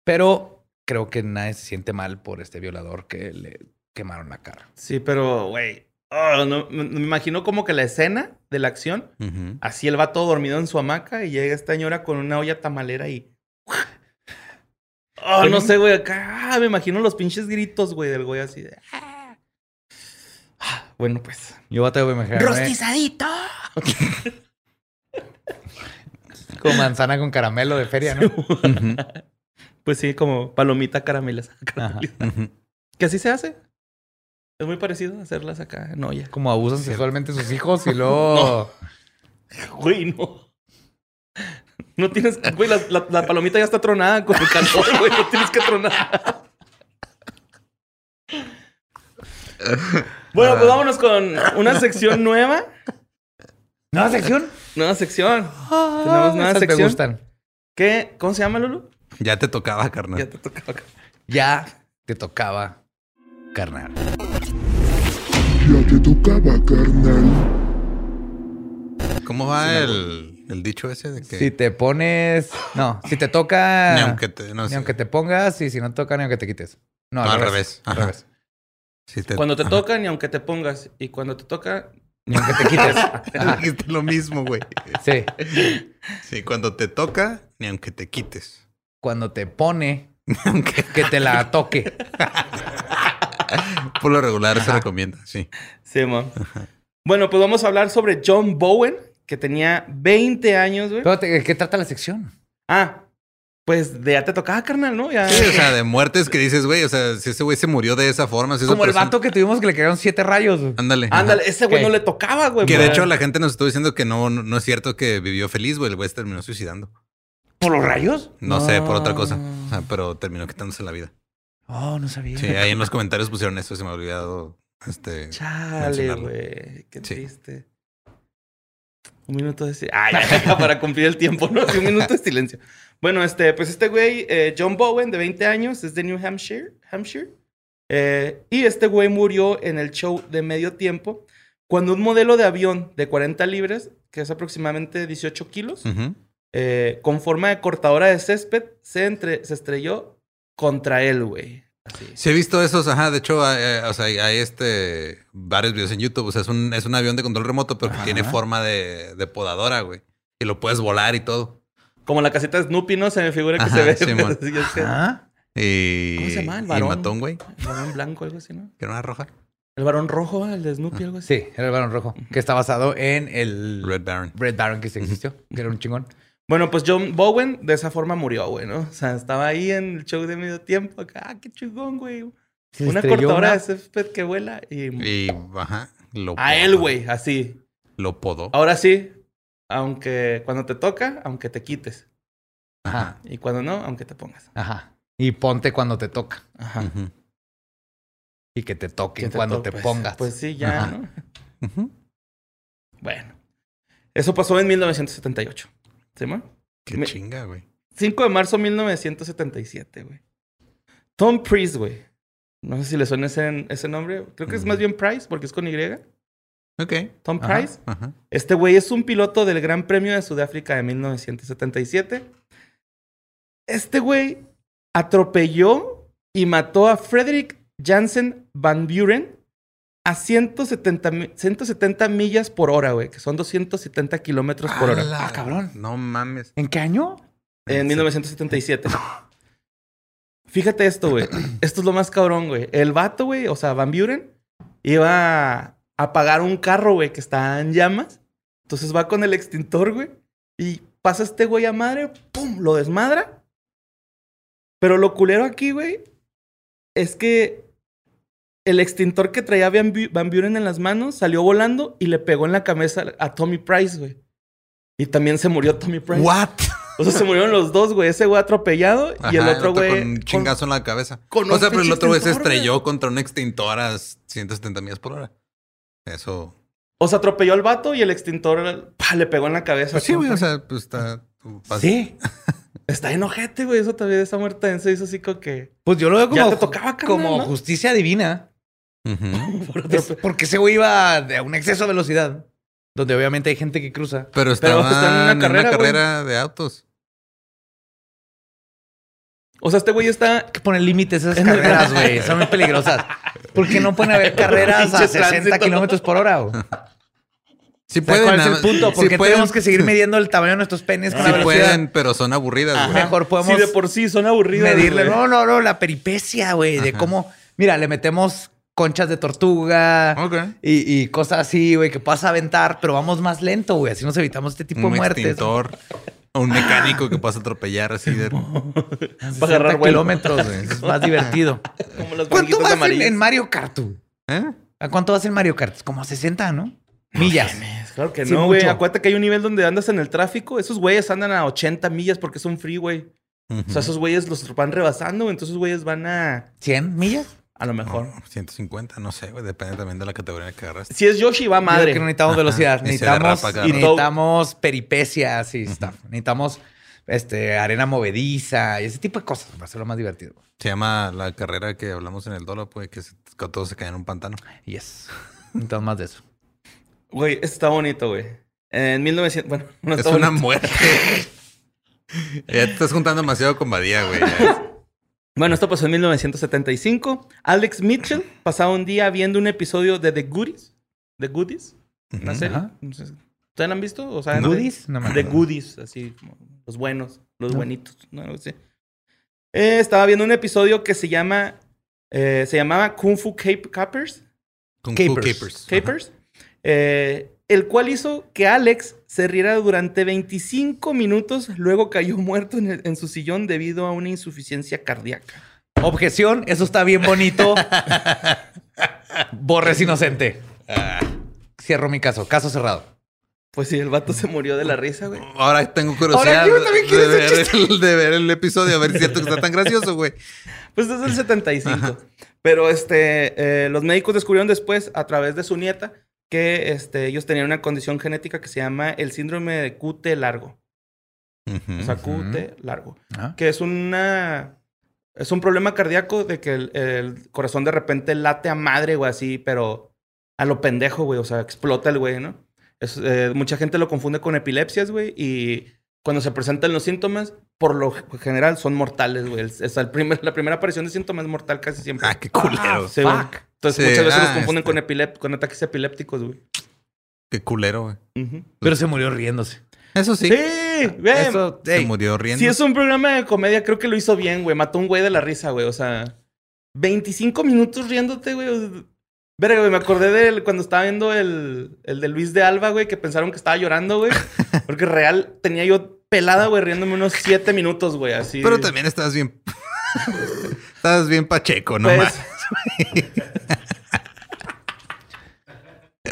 Speaker 2: Pero creo que nadie se siente mal por este violador que le quemaron la cara.
Speaker 3: Sí, pero, güey. ah, no, me, me imagino como que la escena de la acción.
Speaker 4: Ujú.
Speaker 3: Así él va todo dormido en su hamaca y llega esta señora con una olla tamalera y. Oh, no sé, güey. Acá ah, me imagino los pinches gritos, güey, del güey así de. ah. Ah, Bueno, pues.
Speaker 2: Yo tengo que imaginarme
Speaker 3: ¡Rostizadito!
Speaker 2: con manzana con caramelo de feria, ¿no?
Speaker 4: Ujú.
Speaker 3: Pues sí, como palomita caramelizada. caramelizada.
Speaker 4: Ujú.
Speaker 3: Que así se hace. Es muy parecido hacerlas acá en
Speaker 2: [LAUGHS]
Speaker 3: olla.
Speaker 2: Como abusan sexualmente sus hijos y luego.
Speaker 3: Güey, no. [LAUGHS] No tienes. Güey, la, la- la palomita ya está tronada con el calor, güey. No tienes que tronar. Bueno, pues vámonos con una sección nueva.
Speaker 2: [LAUGHS] ¿Nueva sección?
Speaker 3: Nueva sección. Tenemos nueva
Speaker 2: Ah, Esas
Speaker 3: sección.
Speaker 2: Me gustan.
Speaker 3: ¿Qué? ¿Cómo se llama, Lulu?
Speaker 4: Ya te tocaba, carnal.
Speaker 3: Ya te tocaba acá.
Speaker 2: Ya te tocaba, carnal.
Speaker 5: Ya te tocaba, carnal.
Speaker 4: ¿Cómo va el, el dicho ese de que
Speaker 2: Si te pones. No, si te toca.
Speaker 4: ni aunque te, no,
Speaker 2: ni
Speaker 4: si,
Speaker 2: aunque te pongas y si no toca, ni aunque te quites. No, al, revés. Al
Speaker 4: ajá.
Speaker 2: revés.
Speaker 4: si te-
Speaker 3: Cuando te
Speaker 4: ajá.
Speaker 3: toca, ni aunque te pongas. Y cuando te toca,
Speaker 2: Ni aunque te quites.
Speaker 4: [LAUGHS] Dijiste lo mismo, güey.
Speaker 2: Sí.
Speaker 4: Sí, cuando te toca, ni aunque te quites. [LAUGHS]
Speaker 2: Cuando te pone, que te la toque.
Speaker 4: Por lo regular se recomienda, sí.
Speaker 3: Sí, man. Bueno, pues vamos a hablar sobre John Bowen, que tenía 20 años, güey.
Speaker 2: Espérate, ¿de ¿qué trata la sección?
Speaker 3: Ah, pues de ya te tocaba, carnal, ¿no? Ya.
Speaker 4: Sí, o sea, de muertes que dices, güey, o sea, si ese güey se murió de esa forma, si esa
Speaker 2: Como el
Speaker 4: persona-
Speaker 2: vato que tuvimos que le crearon siete rayos.
Speaker 4: Ándale. ajá.
Speaker 3: Ándale, ese güey
Speaker 2: Ok.
Speaker 3: no le tocaba, [LAUGHS] güey.
Speaker 4: Que de
Speaker 3: pues.
Speaker 4: hecho la gente nos estuvo diciendo que no, no es cierto que vivió feliz, güey. El güey se terminó suicidando.
Speaker 2: ¿Por los rayos?
Speaker 4: No, sé, por otra cosa.
Speaker 3: No.
Speaker 4: O sea, pero terminó quitándose la vida.
Speaker 2: Oh, no sabía.
Speaker 4: Sí, ahí en los comentarios pusieron eso, se me ha olvidado. Este.
Speaker 3: Chale,
Speaker 4: mencionarlo.
Speaker 3: güey. Qué
Speaker 4: Sí.
Speaker 3: triste. Un minuto de silencio. [LAUGHS] Ay, ya, para cumplir el tiempo, ¿no? Sí, un minuto de silencio. Bueno, este, pues este güey, eh, John Bowen, de 20 años, es de New Hampshire. Hampshire. Eh, y este güey murió en el show de medio tiempo cuando un modelo de avión de 40 libras, que es aproximadamente 18 kilos,
Speaker 4: Ujú.
Speaker 3: eh, con forma de cortadora de césped, se, entre, se estrelló contra él, güey. Así.
Speaker 4: Sí, he visto esos, ajá. De hecho, hay, eh, o sea, hay- hay, este varios videos en YouTube. O sea, es un, es un avión de control remoto, pero que tiene forma de, de podadora, güey. Y lo puedes volar y todo.
Speaker 3: Como la caseta de Snoopy, ¿no? Se me figura que
Speaker 4: Ajá,
Speaker 3: se ve. [LAUGHS]
Speaker 4: Simón.
Speaker 3: así, es que-
Speaker 2: Ah,
Speaker 4: Y,
Speaker 3: ¿Cómo se llama el
Speaker 4: y
Speaker 3: varón?
Speaker 4: mató a un güey,
Speaker 3: El varón blanco, algo así, ¿no?
Speaker 4: que era una roja.
Speaker 3: El varón rojo, el de Snoopy, algo así.
Speaker 2: Sí, era el varón rojo. Que está basado en el
Speaker 4: Red Baron.
Speaker 2: Red Baron que sí existió. Que era un chingón.
Speaker 3: Bueno, pues John Bowen de esa forma murió, güey, ¿no? O sea, estaba ahí en el show de medio tiempo. Acá, ah, qué chingón, güey.
Speaker 2: Se
Speaker 3: Una
Speaker 2: estrelló
Speaker 3: cortadora
Speaker 2: una-
Speaker 3: de césped que vuela y...
Speaker 4: Y, ajá, lo
Speaker 3: A él,
Speaker 4: podó.
Speaker 3: güey, Oh, así.
Speaker 4: Lo podó.
Speaker 3: Ahora sí, aunque cuando te toca, aunque te quites.
Speaker 4: Ajá.
Speaker 3: Y cuando no, aunque te pongas.
Speaker 2: Ajá. Y ponte cuando te toca.
Speaker 3: Ajá.
Speaker 4: Ujú.
Speaker 2: Y que te toquen
Speaker 3: Que te
Speaker 2: cuando
Speaker 3: to-
Speaker 2: te
Speaker 3: pues-
Speaker 2: pongas.
Speaker 3: Pues sí, ya,
Speaker 4: Ajá.
Speaker 3: ¿no?
Speaker 4: Ujú.
Speaker 3: Bueno. Eso pasó en 1978. ¿Sí, man?
Speaker 4: Qué
Speaker 3: Me-
Speaker 4: chinga, güey.
Speaker 3: 5 de marzo de 1977, güey. Tom Price, güey. No sé si le suena ese, ese nombre. Creo que es
Speaker 4: Ujú.
Speaker 3: más bien Price, porque es con Y.
Speaker 4: Ok.
Speaker 3: Tom
Speaker 2: Ajá.
Speaker 3: Price.
Speaker 4: Ajá.
Speaker 3: Este güey es un piloto del Gran Premio de Sudáfrica de 1977. Este güey atropelló y mató a Frederick Jansen Van Buren a 170, mi- 170 millas por hora, güey, que son 270 kilómetros por hora.
Speaker 4: ¡Hala!
Speaker 2: Ah, cabrón.
Speaker 4: No mames.
Speaker 2: ¿En qué año?
Speaker 3: En 1977. Fíjate esto, güey. Esto es lo más cabrón, güey. El vato, güey, o sea, Van Buren, iba a apagar un carro, güey, que está en llamas. Entonces va con el extintor, güey. Y pasa este güey a madre, ¡pum! Lo desmadra. Pero lo culero aquí, güey, es que el extintor que traía Van Bu- Van Buren en las manos salió volando y le pegó en la cabeza a Tommy Price, güey. Y también se murió Tommy Price.
Speaker 4: ¿What?
Speaker 3: O sea, se murieron los dos, güey. Ese güey atropellado y el
Speaker 4: Ajá,
Speaker 3: otro güey.
Speaker 4: Con un
Speaker 3: con-
Speaker 4: chingazo en la cabeza.
Speaker 3: con
Speaker 4: o
Speaker 3: un
Speaker 4: sea, pero el
Speaker 3: pinche
Speaker 4: otro güey se
Speaker 3: extintor, güey.
Speaker 4: estrelló contra un extintor a 170 millas por hora. Eso.
Speaker 3: O sea, atropelló al vato y el extintor pa, le pegó en la cabeza.
Speaker 4: Pues sí, güey. O sea, pues está. tú vas-
Speaker 2: Sí.
Speaker 3: Está enojete, güey. Eso también esa muerte densa hizo así como que. [LAUGHS]
Speaker 2: Pues yo lo veo
Speaker 3: Ya
Speaker 2: como,
Speaker 3: te tocaba, carnal,
Speaker 2: como
Speaker 3: ¿no?
Speaker 2: justicia divina.
Speaker 4: Ujú.
Speaker 2: Es porque ese güey iba de- a un exceso de velocidad. Donde obviamente hay gente que cruza.
Speaker 4: Pero
Speaker 3: Pero
Speaker 2: pues,
Speaker 4: estaban
Speaker 3: están en una
Speaker 4: en una
Speaker 3: carrera,
Speaker 4: carrera,
Speaker 3: güey.
Speaker 4: de autos.
Speaker 3: O sea, este güey está.
Speaker 2: Hay que poner límites a [LAUGHS] esas carreras, güey. Son muy peligrosas. Porque no pueden [LAUGHS] haber carreras a
Speaker 3: Pinche
Speaker 2: 60
Speaker 3: tránsito.
Speaker 2: kilómetros por hora. güey. O
Speaker 4: Sí
Speaker 2: sea,
Speaker 4: pueden.
Speaker 2: ¿Cuál es
Speaker 4: nada
Speaker 2: el
Speaker 4: más-
Speaker 2: punto?
Speaker 4: sí
Speaker 2: Porque tenemos
Speaker 4: pueden,
Speaker 2: que
Speaker 4: [LAUGHS]
Speaker 2: seguir midiendo el tamaño de nuestros penes con
Speaker 4: Sí
Speaker 2: la velocidad.
Speaker 4: pueden, pero son aburridas, güey.
Speaker 2: Mejor podemos
Speaker 3: Si de por sí son aburridos.
Speaker 2: medirle.
Speaker 3: güey.
Speaker 2: No, no, no. La peripecia, güey. De
Speaker 4: Ajá.
Speaker 2: cómo... Mira, le metemos conchas de tortuga.
Speaker 4: Ok.
Speaker 2: Y, y cosas así, güey, que pasa a aventar, pero vamos más lento, güey. Así nos evitamos este tipo
Speaker 4: Un
Speaker 2: de muertes.
Speaker 4: extintor. a un mecánico que puedas atropellar así de
Speaker 2: [LAUGHS]
Speaker 3: Para agarrar
Speaker 2: 60
Speaker 3: vuelo.
Speaker 2: kilómetros, güey. Es más divertido.
Speaker 3: Como
Speaker 2: [LAUGHS]
Speaker 3: los
Speaker 2: ¿Cuánto
Speaker 3: manguitos
Speaker 2: vas en,
Speaker 3: amarillos.
Speaker 2: en Mario Kart? tú?
Speaker 4: ¿Eh?
Speaker 2: ¿A cuánto vas en Mario Kart? Como a 60, ¿no? Millas.
Speaker 3: Claro que
Speaker 2: Sí,
Speaker 3: no, güey.
Speaker 2: mucho.
Speaker 3: Acuérdate que hay un nivel donde andas en el tráfico. Esos güeyes andan a 80 millas porque son freeway. O sea, esos güeyes los van rebasando. güey. Entonces, esos güeyes van a...
Speaker 2: ¿100 millas?
Speaker 3: A lo
Speaker 4: Ujú.
Speaker 3: mejor.
Speaker 4: No, 150, no sé, güey. Depende también de la categoría que agarraste.
Speaker 3: Si es Yoshi, va
Speaker 2: Madre. que no
Speaker 3: madre.
Speaker 2: necesitamos
Speaker 4: Ajá.
Speaker 2: velocidad.
Speaker 4: Y se
Speaker 2: Necesitamos,
Speaker 4: derrapa, claro.
Speaker 2: y necesitamos peripecias y stuff. Necesitamos este, arena movediza y ese tipo de cosas para hacerlo más divertido.
Speaker 4: Se llama la carrera que hablamos en el dólar, pues, que, se- que todos se caen en un pantano.
Speaker 2: Yes. Necesitamos más de eso.
Speaker 3: Güey, está bonito, güey. En 1900... Bueno, [LAUGHS] no
Speaker 4: es
Speaker 3: está
Speaker 4: una
Speaker 3: bonito.
Speaker 4: muerte. [LAUGHS] ya te estás juntando demasiado con Badía, güey. ya.
Speaker 3: Bueno, esto pasó en 1975. Alex Mitchell pasaba un día viendo un episodio de The Goodies. ¿The Goodies? Una
Speaker 4: Ujú.
Speaker 3: serie.
Speaker 2: Ajá.
Speaker 3: No sé. ¿Ustedes la han visto? O sea,
Speaker 2: ¿Goodies? No me
Speaker 3: The
Speaker 2: acuerdo.
Speaker 3: Goodies, así como los buenos, los
Speaker 2: No.
Speaker 3: buenitos. ¿no? Algo así. Eh, estaba viendo un episodio que se llama... eh, se llamaba Kung Fu Cap Capers.
Speaker 4: Kung Fu
Speaker 2: Capers.
Speaker 4: Capers.
Speaker 3: Capers, eh, el cual hizo que Alex se riera durante 25 minutos, luego cayó muerto en, el- en su sillón debido a una insuficiencia cardíaca.
Speaker 2: Objeción, eso está bien [LAUGHS] bonito. Borres inocente. Ah. Cierro mi caso. Caso cerrado.
Speaker 3: Pues sí, el vato se murió de la risa, güey.
Speaker 4: Ajá. Ahora tengo curiosidad
Speaker 2: Ahora yo también quiero
Speaker 4: de, ver
Speaker 2: ese
Speaker 4: el, de ver el episodio, a ver si es cierto que está tan
Speaker 2: [LAUGHS]
Speaker 4: gracioso, güey.
Speaker 3: Pues desde el 75. Pero este, eh, los médicos descubrieron después, a través de su nieta, que este, ellos tenían una condición genética que se llama el síndrome de QT largo.
Speaker 4: Ujú. Ah.
Speaker 3: O sea,
Speaker 2: Ujú.
Speaker 3: QT largo.
Speaker 2: Ajá.
Speaker 3: que es una es un problema cardíaco de que el, el corazón de repente late a madre o así, pero a lo pendejo, güey, o sea, explota el güey, ¿no? Es, eh, mucha gente lo confunde con epilepsias, güey, y cuando se presentan los síntomas, por lo general son mortales, güey. El- O sea, el primer- la primera aparición de síntomas es mortal casi siempre.
Speaker 4: Ah, qué culero.
Speaker 3: Sí, güey.
Speaker 2: fuck.
Speaker 3: Entonces
Speaker 4: Sí,
Speaker 3: muchas veces
Speaker 4: ah,
Speaker 3: los confunden
Speaker 4: este.
Speaker 3: con, epilep- con ataques epilépticos, güey.
Speaker 4: Qué culero, güey.
Speaker 3: Ujú.
Speaker 2: Pero se murió riéndose.
Speaker 4: Eso
Speaker 3: Sí,
Speaker 4: sí.
Speaker 3: güey.
Speaker 2: Eso,
Speaker 4: Se
Speaker 2: ey,
Speaker 4: murió riendo.
Speaker 3: Si es un programa de comedia, creo que lo hizo bien, güey. Mató a un güey de la risa, güey. O sea, 25 minutos riéndote, güey. O sea, Verga, güey, me acordé de cuando estaba viendo el, el de Luis de Alba, güey, que pensaron que estaba llorando, güey. Porque real tenía yo pelada, güey, riéndome unos 7 minutos, güey, así.
Speaker 4: Pero también estás bien. [LAUGHS] estás bien pacheco, no
Speaker 3: Pues,
Speaker 4: más.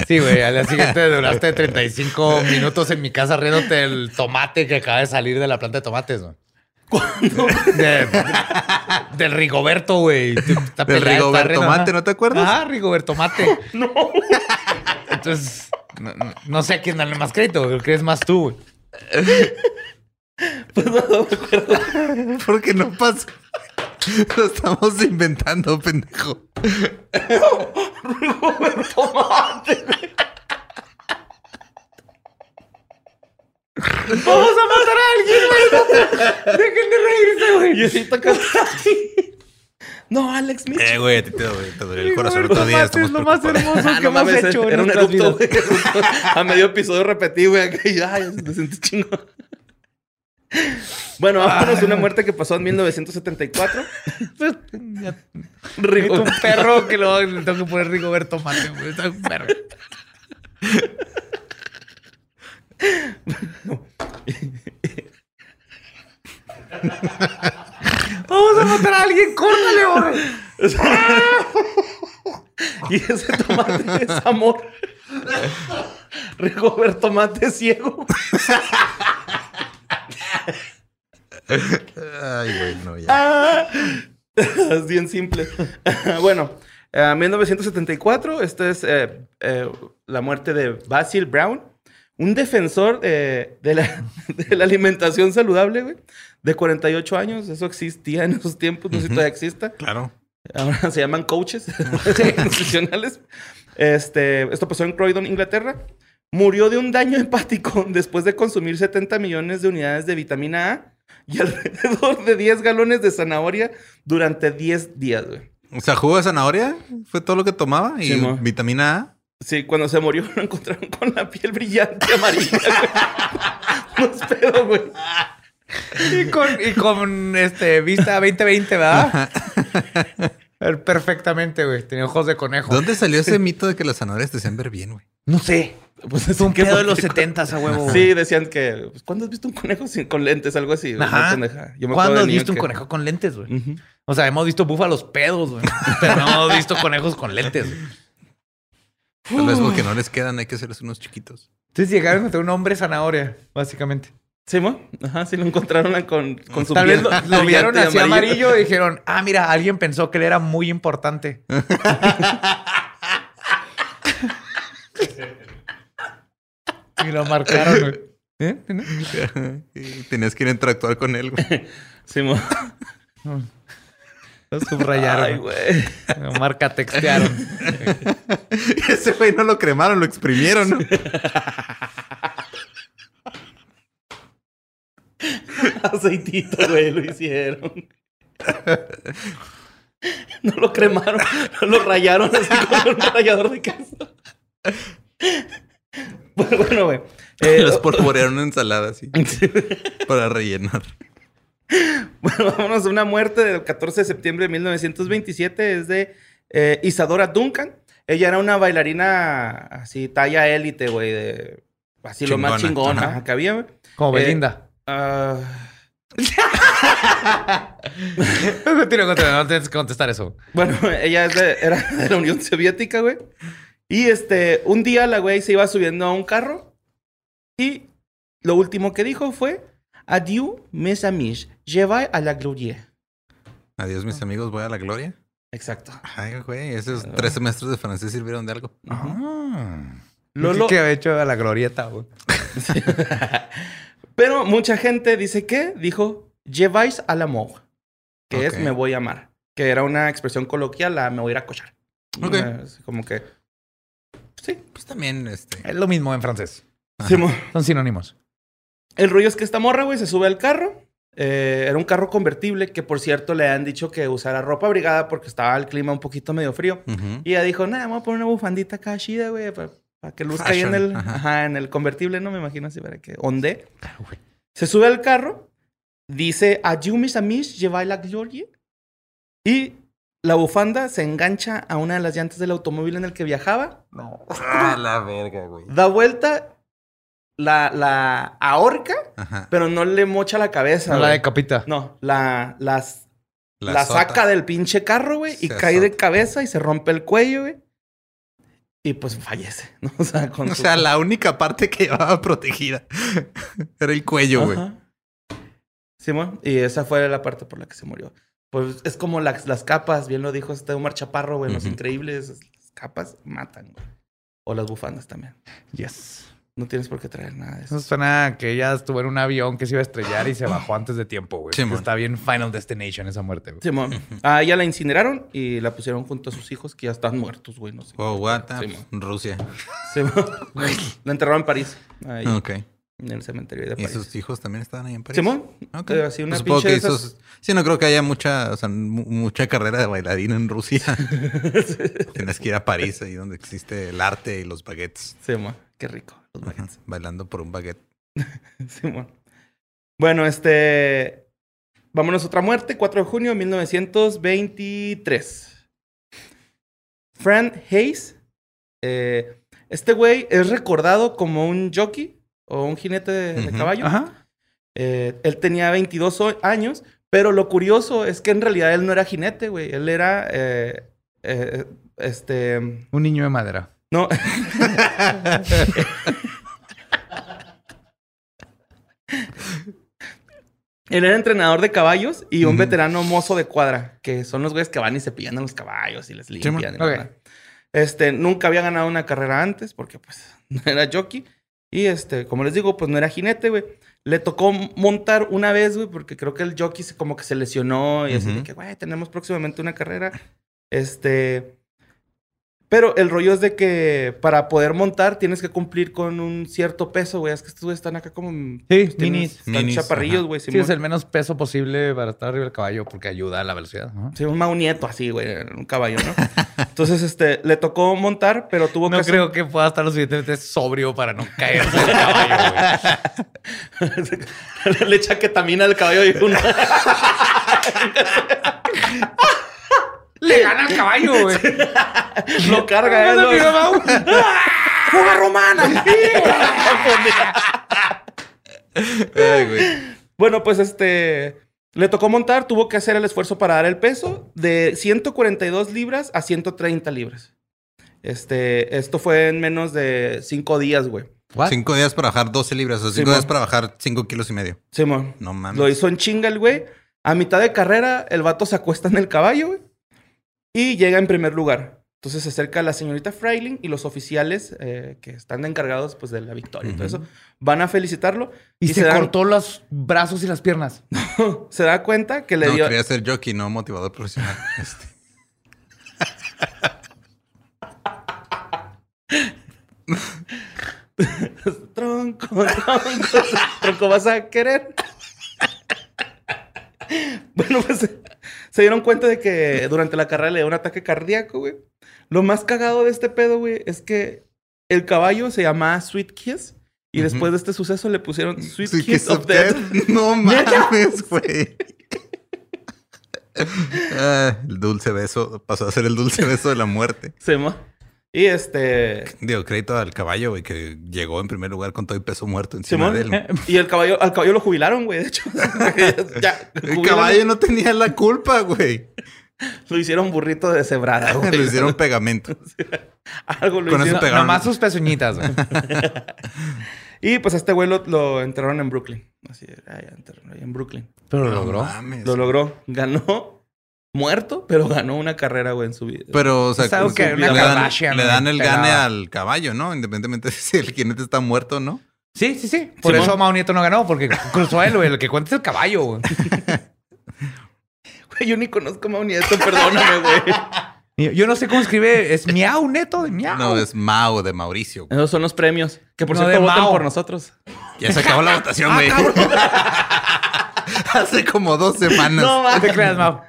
Speaker 2: Sí, güey, al día siguiente duraste 35 minutos en mi casa riéndote del tomate que acaba de salir de la planta de tomates, güey. ¿Cuándo? del Rigoberto, güey. Tú- está pelada,
Speaker 4: Del
Speaker 2: está
Speaker 4: Rigoberto
Speaker 2: riendo,
Speaker 4: Mate,
Speaker 2: ajá.
Speaker 4: ¿no te acuerdas?
Speaker 2: Ajá, Rigoberto Mate. [LAUGHS] No. Entonces, no, no- no sé a quién darle más crédito, creo que es más tú, güey.
Speaker 4: Porque no pasa. [LAUGHS] Lo estamos inventando, pendejo.
Speaker 3: ¡Vamos a matar a alguien, güey! [LAUGHS] ¡Dejen de reírse, güey! Y así toca- [LAUGHS] No, Alex Mitchell.
Speaker 4: Eh, güey, a ti te, doy- te dolió el corazón otro día. Estamos preocupados.
Speaker 3: Ah, no mames, era un eructo, [LAUGHS] güey. A medio episodio repetí, güey. acá y yo, Ay, me sentí chingo. Bueno, vámonos a una muerte que pasó en 1974.
Speaker 2: Pues, Es un perro que luego [LAUGHS] le tengo que poner Rigoberto Mate, güey. Está un perro. Vamos a matar a alguien, córtale, güey.
Speaker 3: [LAUGHS] Y ese tomate es amor. Rigoberto Mate ciego.
Speaker 4: Ay, güey, no, ya.
Speaker 3: Ah. [LAUGHS] es bien simple. [LAUGHS] bueno, eh, en 1974, esta es eh, eh, la muerte de Basil Brown, un defensor eh, de, la, [LAUGHS] de la alimentación saludable, güey, de 48 años. Eso existía en esos tiempos, no sé si todavía exista.
Speaker 4: Claro.
Speaker 3: Ahora [LAUGHS] se llaman coaches nutricionales. Este, esto pasó en Croydon, Inglaterra. Murió de un daño [LAUGHS] hepático después de consumir 70 millones de unidades de vitamina A y [LAUGHS] alrededor de 10 galones de zanahoria durante 10 días, güey.
Speaker 4: O sea, jugo de zanahoria fue todo lo que tomaba y
Speaker 3: Sí, mo.
Speaker 4: vitamina A.
Speaker 3: Sí, cuando se murió [LAUGHS] lo encontraron con la piel brillante amarilla, güey. [LAUGHS] No es pedo, güey.
Speaker 2: Y con, y con este, vista 2020, ¿verdad? Ver Perfectamente, güey. Tenía ojos de conejo.
Speaker 4: ¿Dónde salió ese mito de que las zanahorias te hacían ver bien, güey?
Speaker 2: No sé.
Speaker 3: Pues
Speaker 2: Es un
Speaker 3: que-
Speaker 2: pedo de los 70 a huevo. güey.
Speaker 3: Sí, decían que. pues, ¿Cuándo has visto un conejo sin, con lentes? Algo así. güey, una
Speaker 2: Ajá.
Speaker 3: pendeja. Yo me acuerdo
Speaker 2: ¿Cuándo
Speaker 3: de
Speaker 2: has
Speaker 3: niño
Speaker 2: visto un
Speaker 3: que-
Speaker 2: conejo con lentes, güey?
Speaker 3: Ujú.
Speaker 2: O sea, hemos visto búfalos pedos, güey. Pero no hemos visto conejos con lentes. güey.
Speaker 4: Tal vez porque no les quedan, hay que hacerles unos chiquitos.
Speaker 2: Entonces llegaron a encontrar un hombre zanahoria, básicamente.
Speaker 3: Sí, mo? Ajá, sí lo encontraron con, con su
Speaker 2: Tal vez
Speaker 3: piel-
Speaker 2: lo,
Speaker 3: su
Speaker 2: lo
Speaker 3: diente
Speaker 2: vieron así amarillo y dijeron, ah, mira, alguien pensó que él era muy importante. [LAUGHS] y lo marcaron, güey. ¿Eh? ¿No?
Speaker 4: Y tenías que ir a interactuar con él.
Speaker 3: [LAUGHS]
Speaker 4: güey.
Speaker 3: Sí, mo.
Speaker 2: Lo subrayaron.
Speaker 3: Ay, [LAUGHS] güey.
Speaker 2: Lo marca textearon.
Speaker 4: Y Ese güey no lo cremaron, lo exprimieron. ¿no?
Speaker 3: Aceitito, güey, lo hicieron. [LAUGHS] No lo cremaron, no lo rayaron así con un rallador de queso. Bueno, bueno, güey. [LAUGHS] Eh,
Speaker 4: Los polvorearon en ensalada así para rellenar.
Speaker 3: Bueno, vámonos a una muerte del 14 de septiembre de 1927. Es de eh, Isadora Duncan. Ella era una bailarina así, talla élite, güey. de- Así lo más
Speaker 4: Chingona,
Speaker 3: chingona
Speaker 4: ajá.
Speaker 3: que había, güey.
Speaker 2: Como [LAUGHS]
Speaker 3: Eh,
Speaker 2: Belinda.
Speaker 3: Ah,
Speaker 2: Continúa, continúa, no tienes que contestar eso.
Speaker 3: bueno, [LAUGHS] ella es de- era [LAUGHS] de la Unión Soviética, güey. Y este, un día la güey se iba subiendo a un carro y lo último que dijo fue: Adieu, mes amis, je vais à la gloria.
Speaker 4: Adiós, mis amigos, voy a la gloria.
Speaker 3: Exacto.
Speaker 4: Ay, güey, esos tres semestres de francés sirvieron de algo. Ah.
Speaker 3: Lolo-
Speaker 2: ¿Qué había hecho a la glorieta, güey?
Speaker 3: [LAUGHS] Pero mucha gente dice que dijo lleváis al amor, que es
Speaker 4: Ok.
Speaker 3: me voy a amar, que era una expresión coloquial a me voy a ir a cochar.
Speaker 4: Ok.
Speaker 3: Una- así como que sí,
Speaker 4: Pues también, este.
Speaker 2: Es lo mismo en francés.
Speaker 3: sí, mo-
Speaker 2: Son sinónimos.
Speaker 3: El rollo es que esta morra, güey, se sube al carro. Eh, era un carro convertible que, por cierto, le han dicho que usara ropa abrigada porque estaba el clima un poquito medio frío.
Speaker 4: ujú.
Speaker 3: Y ella dijo, nada, vamos a poner una bufandita acá chida, güey, para que luzca ahí en
Speaker 4: Fashion,
Speaker 3: el,
Speaker 4: ajá.
Speaker 3: ajá, en el convertible, no me imagino así, para que onde. Se sube al carro, dice, adiós mis amis, lleva la gloria. Y la bufanda se engancha a una de las llantas del automóvil en el que viajaba,
Speaker 4: [LAUGHS] Ah, la verga, güey.
Speaker 3: da vuelta, la, la ahorca,
Speaker 4: Ajá.
Speaker 3: pero no le mocha la cabeza.
Speaker 2: No la
Speaker 3: güey.
Speaker 2: decapita.
Speaker 3: No, la, las, la,
Speaker 4: sota.
Speaker 3: saca del pinche carro, güey, y
Speaker 4: Se
Speaker 3: cae de
Speaker 4: azota.
Speaker 3: cabeza y se rompe el cuello, güey. Y pues fallece, [LAUGHS] ¿no? O sea,
Speaker 4: [LAUGHS]
Speaker 3: con
Speaker 4: O
Speaker 3: su-
Speaker 4: sea, la única parte que [LAUGHS] llevaba protegida era el cuello, güey.
Speaker 3: Ajá. Simón, y esa fue la parte por la que se murió. Pues es como las, las capas, bien lo dijo este Omar Chaparro, güey, en Los
Speaker 4: Ujú.
Speaker 3: Increíbles, las capas matan, güey. O las bufandas también.
Speaker 2: Yes.
Speaker 3: No tienes por qué traer nada de
Speaker 2: Eso
Speaker 3: eso.
Speaker 4: Pues,
Speaker 2: suena a que ella estuvo en un avión que se iba a estrellar y se bajó antes de tiempo, güey.
Speaker 4: Simón.
Speaker 2: Está bien Final Destination esa muerte, güey.
Speaker 3: Simón, a ella la incineraron y la pusieron junto a sus hijos que ya están muertos, güey, no sé.
Speaker 4: Oh, what? the-
Speaker 3: Sí, mo.
Speaker 4: Rusia.
Speaker 3: Simón. la enterraron en París. Ahí.
Speaker 4: Ok.
Speaker 3: En el cementerio de
Speaker 4: ¿Y
Speaker 3: París.
Speaker 4: sus hijos también estaban ahí en París?
Speaker 3: Simón.
Speaker 4: Ok.
Speaker 3: eh, así una
Speaker 4: Pues supongo
Speaker 3: pinche
Speaker 4: que
Speaker 3: de esas-
Speaker 4: esos- Sí, no creo que haya mucha, o sea, mu- mucha carrera de bailarín en Rusia.
Speaker 3: [LAUGHS]
Speaker 4: [LAUGHS] Tienes que ir a París, ahí donde existe el arte y los baguettes.
Speaker 3: Simón. Qué rico. Los
Speaker 4: Ajá,
Speaker 3: baguettes.
Speaker 4: Bailando por un baguette.
Speaker 3: [LAUGHS] Simón. Bueno, este. Vámonos a otra muerte. 4 de junio de 1923. Fran Hayes. eh, este güey es recordado como un jockey o un jinete de, de
Speaker 4: Ujú.
Speaker 3: caballo.
Speaker 2: Ajá.
Speaker 3: Eh, él tenía 22 o- años, pero lo curioso es que en realidad él no era jinete, güey. Él era. eh, eh, este.
Speaker 2: Un niño de madera.
Speaker 3: No. [LAUGHS] Él era entrenador de caballos y un
Speaker 4: Ujú.
Speaker 3: veterano mozo de cuadra, que son los güeyes que van y se pillan a los caballos y les limpian.
Speaker 4: mon.
Speaker 3: y la
Speaker 2: Ok.
Speaker 3: verdad. Este, nunca había ganado una carrera antes porque pues [LAUGHS] no era jockey. Y este, como les digo, pues no era jinete, güey. Le tocó montar una vez, güey, porque creo que el jockey se, como que se lesionó y así de
Speaker 4: Ujú.
Speaker 3: que, güey, tenemos próximamente una carrera. Este. Pero el rollo es de que para poder montar tienes que cumplir con un cierto peso, güey. Es que estos güeyes están acá como.
Speaker 2: Sí,
Speaker 3: tienen-
Speaker 2: minis.
Speaker 3: Están
Speaker 4: Minis,
Speaker 3: chaparrillos,
Speaker 4: ajá.
Speaker 3: güey. Simón.
Speaker 2: Sí, es el menos peso posible para estar arriba del caballo porque ayuda a la velocidad. Ajá.
Speaker 3: Sí, un maunieto así, güey, en un caballo,
Speaker 2: [LAUGHS]
Speaker 3: ¿no? Entonces, este, le tocó montar, pero tuvo
Speaker 2: No
Speaker 3: que hacer-
Speaker 2: creo que pueda estar lo suficientemente sobrio para no caerse del caballo, güey.
Speaker 3: [LAUGHS] le echa ketamina al caballo y una...
Speaker 2: [LAUGHS] Le gana al caballo, güey.
Speaker 3: lo carga,
Speaker 2: Anda,
Speaker 3: eh,
Speaker 2: mi
Speaker 3: [LAUGHS] lo-
Speaker 2: mamá.
Speaker 3: ¡Fuga romana! [LAUGHS]
Speaker 4: Ay, güey.
Speaker 3: Bueno, pues este. Le tocó montar, tuvo que hacer el esfuerzo para dar el peso de 142 libras a 130 libras. Este, esto fue en menos de 5 días, güey.
Speaker 2: What?
Speaker 4: Cinco días para bajar 12 libras. O sea, cinco
Speaker 3: Simón.
Speaker 4: días para bajar 5 kilos y medio.
Speaker 3: Simón.
Speaker 4: No mames.
Speaker 3: Lo hizo en chinga el güey. A mitad de carrera, el vato se acuesta en el caballo, güey. Y llega en primer lugar. Entonces se acerca la señorita Freiling y los oficiales eh, que están encargados pues, de la victoria y todo eso van a felicitarlo.
Speaker 2: Y, se,
Speaker 3: da,
Speaker 2: cortó los brazos y las piernas.
Speaker 3: se da cuenta que le
Speaker 4: no,
Speaker 3: dio.
Speaker 4: quería ser jockey, no motivador
Speaker 3: [LAUGHS]
Speaker 4: profesional. Este.
Speaker 3: Tronco, tronco, tronco, vas a querer. Bueno, pues se dieron cuenta de que durante la carrera le dio un ataque cardíaco, güey. Lo más cagado de este pedo, güey, es que el caballo se llamaba Sweet Kiss y
Speaker 4: Ujú.
Speaker 3: después de este suceso le pusieron Sweet
Speaker 4: Sí,
Speaker 3: Kiss
Speaker 4: Kiss
Speaker 3: of
Speaker 4: of
Speaker 3: Death.
Speaker 4: Death.
Speaker 3: [LAUGHS]
Speaker 4: No mames, güey. Ah, el dulce beso pasó a ser el dulce beso de la muerte.
Speaker 3: Se mo- Y este.
Speaker 4: Digo, crédito al caballo, güey, que llegó en primer lugar con todo el peso muerto encima
Speaker 3: Simón. eh,
Speaker 4: de
Speaker 3: [LAUGHS]
Speaker 4: él.
Speaker 3: Y el caballo, al caballo lo jubilaron, güey. De
Speaker 4: [LAUGHS]
Speaker 3: hecho, Ya,
Speaker 4: El
Speaker 3: jubílalo.
Speaker 4: caballo no tenía la culpa, güey.
Speaker 3: [LAUGHS] Lo hicieron burrito de cebrada, güey.
Speaker 4: [LAUGHS] Lo hicieron
Speaker 3: [LAUGHS]
Speaker 4: pegamento.
Speaker 3: Algo lo
Speaker 4: con eso
Speaker 3: hicieron.
Speaker 2: No,
Speaker 4: pegaron.
Speaker 2: nomás sus pezuñitas, güey.
Speaker 3: Y pues a este güey lo, lo enterraron en Brooklyn. Así, ah, ya enterraron ahí en Brooklyn.
Speaker 2: Pero lo
Speaker 4: No
Speaker 2: logró.
Speaker 4: mames.
Speaker 3: Lo logró. Ganó muerto, pero ganó una carrera, güey, en su vida.
Speaker 4: Pero, o sea,
Speaker 2: Es algo que
Speaker 4: le,
Speaker 2: una
Speaker 4: dan,
Speaker 2: Kardashian
Speaker 4: le dan el
Speaker 2: pegaba.
Speaker 4: gane al caballo, ¿no? Independientemente [LAUGHS] de si el jinete está muerto o no.
Speaker 2: Sí, sí, sí. Por
Speaker 3: Simón.
Speaker 2: eso Mao Nieto no ganó, porque cruzó a él, güey. El que cuenta es el caballo, güey.
Speaker 3: Güey, yo ni conozco a Mao Nieto, perdóname, güey.
Speaker 2: Yo, yo no sé cómo escribe. ¿Es miau, Neto? ¿Miau?
Speaker 4: No, es Mao de Mauricio. güey.
Speaker 3: [LAUGHS] Esos son los premios. Que por
Speaker 2: No,
Speaker 3: cierto
Speaker 2: de
Speaker 3: votan
Speaker 2: Mao.
Speaker 3: por nosotros.
Speaker 4: Ya se acabó
Speaker 3: [LAUGHS]
Speaker 4: la
Speaker 3: Ah,
Speaker 4: votación, güey. [LAUGHS] Hace como dos semanas.
Speaker 3: No,
Speaker 2: No
Speaker 3: mames.
Speaker 2: te creas, [LAUGHS] Mao.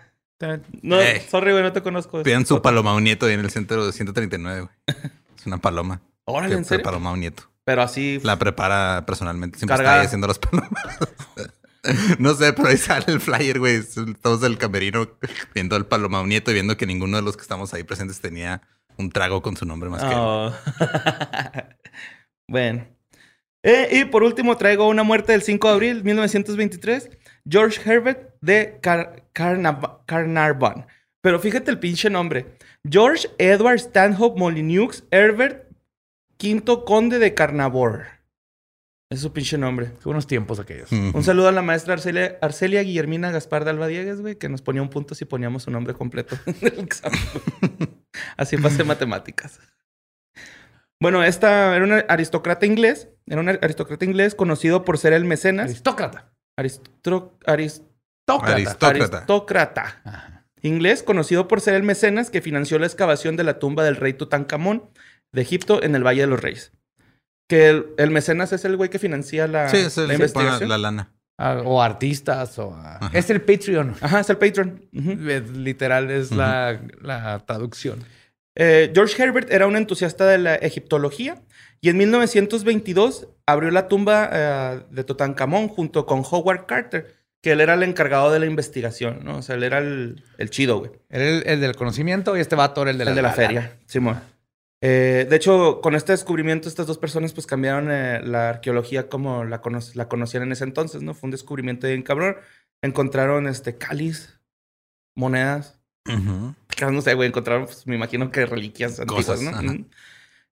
Speaker 3: No,
Speaker 4: Ey.
Speaker 3: sorry, güey, no te conozco.
Speaker 4: Pidan su paloma a un nieto ahí en el centro de 139, güey. Es una paloma.
Speaker 3: Órale,
Speaker 4: Que
Speaker 3: en serio.
Speaker 4: preparó Mao Nieto.
Speaker 3: Pero así.
Speaker 4: La prepara personalmente. Siempre
Speaker 3: Cargada.
Speaker 4: está ahí haciendo las palomas. [LAUGHS] No sé, pero ahí sale el flyer, güey. Estamos en el camerino viendo al paloma a un nieto y viendo que ninguno de los que estamos ahí presentes tenía un trago con su nombre más que él.
Speaker 3: Oh. [LAUGHS] bueno. Eh, y por último traigo una muerte del 5 de abril de 1923. George Herbert de Car- Carnava- Carnarvon. Pero fíjate el pinche nombre. George Edward Stanhope Molyneux Herbert, quinto conde de Carnarvon. Es su pinche nombre.
Speaker 2: Qué buenos tiempos aquellos.
Speaker 4: Ujú.
Speaker 3: Un saludo a la maestra Arcelia, Arcelia Guillermina Gaspar de Alba Diegues, güey, que nos ponía un punto si poníamos su nombre completo en el examen. Así pasé matemáticas. Bueno, esta era un aristócrata inglés, era un aristócrata inglés conocido por ser el mecenas,
Speaker 2: Aristócrata.
Speaker 3: aristro- aris-
Speaker 2: Tócrata.
Speaker 4: Aristócrata.
Speaker 3: aristócrata
Speaker 2: Ajá.
Speaker 3: inglés conocido por ser el mecenas que financió la excavación de la tumba del rey Tutankamón de Egipto en el Valle de los Reyes. Que el, el mecenas es el güey que financia la,
Speaker 4: Sí, es el- se pone
Speaker 3: la
Speaker 4: la,
Speaker 3: investigación.
Speaker 4: lana.
Speaker 2: Ah, O artistas. o ah, Es el Patreon.
Speaker 3: Ajá, es el patron.
Speaker 2: [LAUGHS]
Speaker 3: Ujú.
Speaker 2: Es- Literal es la, la traducción.
Speaker 3: Eh, George Herbert era un entusiasta de la egiptología y en 1922 abrió la tumba eh, de Tutankamón junto con Howard Carter, que él era el encargado de la investigación, ¿no? O sea, él era el, el chido, güey.
Speaker 2: Era el, el del conocimiento y este vato era el de
Speaker 3: El
Speaker 2: la,
Speaker 3: de la feria, Simón. Eh, de hecho, con este descubrimiento, estas dos personas pues cambiaron eh, la arqueología como la, cono- la conocían en ese entonces, ¿no? Fue un descubrimiento bien cabrón. Encontraron este cáliz, monedas,
Speaker 4: Ujú.
Speaker 3: que no sé, güey, encontraron, pues, me imagino que reliquias
Speaker 4: Cosas,
Speaker 3: antiguas, ¿no?
Speaker 4: ajá.
Speaker 3: Mm.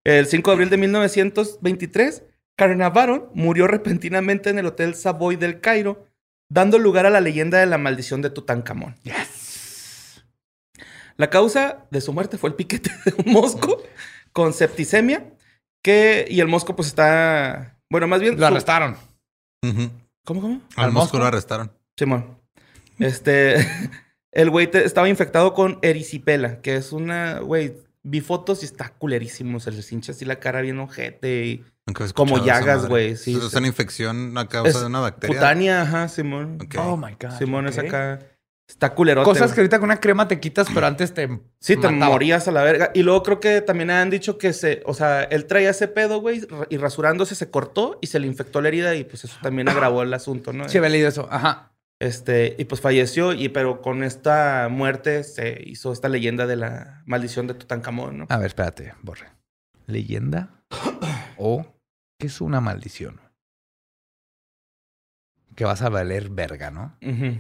Speaker 3: El 5 de abril de 1923, Carnavaron murió repentinamente en el Hotel Savoy del Cairo, dando lugar a la leyenda de la maldición de Tutankamón. La causa de su muerte fue el piquete de un mosco con septicemia, que, y el mosco pues está, bueno, más bien...
Speaker 2: Lo
Speaker 3: su-
Speaker 2: arrestaron.
Speaker 4: Ujú.
Speaker 3: ¿Cómo, cómo?
Speaker 4: Al
Speaker 2: ¿Al
Speaker 4: mosco
Speaker 2: mosco?
Speaker 4: lo arrestaron.
Speaker 3: Simón. Este, [LAUGHS] el güey te- estaba infectado con erisipela, que es una, güey, vi fotos y está culerísimo, se les hincha así la cara bien ojete y
Speaker 4: Nunca había
Speaker 3: Como
Speaker 4: escuchado esa
Speaker 3: llagas,
Speaker 4: madre.
Speaker 3: güey, sí,
Speaker 4: Es
Speaker 3: sí.
Speaker 4: una infección a causa
Speaker 3: Es
Speaker 4: de una bacteria.
Speaker 3: cutánea, ajá, Simón.
Speaker 4: Ok.
Speaker 2: Oh my God.
Speaker 3: Simón es
Speaker 2: ok.
Speaker 3: acá, está culerote.
Speaker 2: Cosas que
Speaker 3: güey.
Speaker 2: ahorita con una crema te quitas, pero antes te.
Speaker 3: Sí, te
Speaker 2: mataba.
Speaker 3: morías a la verga. Y luego creo que también han dicho que se, o sea, él traía ese pedo, güey, y rasurándose se cortó y se le infectó la herida y pues eso también agravó el asunto, ¿no?
Speaker 2: Sí, había leído eso. Ajá.
Speaker 3: Este, y pues falleció, y pero con esta
Speaker 2: Ah.
Speaker 3: muerte se hizo esta leyenda de la maldición de Tutankamón, ¿no?
Speaker 2: A ver, espérate, borre. [CLEARS THROAT] leyenda o que es una maldición. Que vas a valer verga, ¿no?
Speaker 3: Ujú.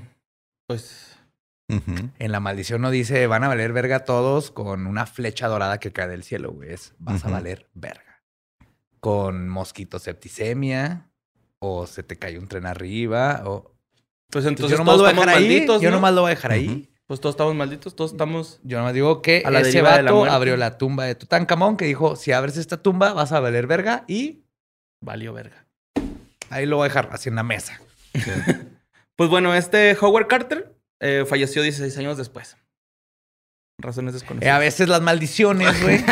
Speaker 3: Pues.
Speaker 4: Ujú.
Speaker 2: En la maldición no dice van a valer verga todos con una flecha dorada que cae del cielo, güey. Es vas a
Speaker 4: Ujú.
Speaker 2: valer verga. Con mosquitos septicemia o se te cae un tren arriba o...
Speaker 3: Pues entonces
Speaker 2: yo nomás
Speaker 3: todos
Speaker 2: lo voy a
Speaker 3: estamos
Speaker 2: dejar ahí.
Speaker 3: malditos,
Speaker 2: Yo
Speaker 3: ¿no?
Speaker 2: nomás lo voy a dejar ahí.
Speaker 4: Ujú.
Speaker 3: Pues todos estamos malditos, todos estamos...
Speaker 2: Yo nomás digo que
Speaker 3: A la
Speaker 2: ese
Speaker 3: deriva de la
Speaker 2: vato
Speaker 3: muerte.
Speaker 2: abrió la tumba de Tutankamón que dijo, si abres esta tumba vas a valer verga y
Speaker 3: Valió verga.
Speaker 2: ahí lo voy a dejar así en la mesa.
Speaker 3: [LAUGHS] Pues bueno, este Howard Carter eh, falleció 16 años después.
Speaker 2: Eh,
Speaker 3: Razones
Speaker 2: a
Speaker 3: desconocidas.
Speaker 2: veces las maldiciones, güey,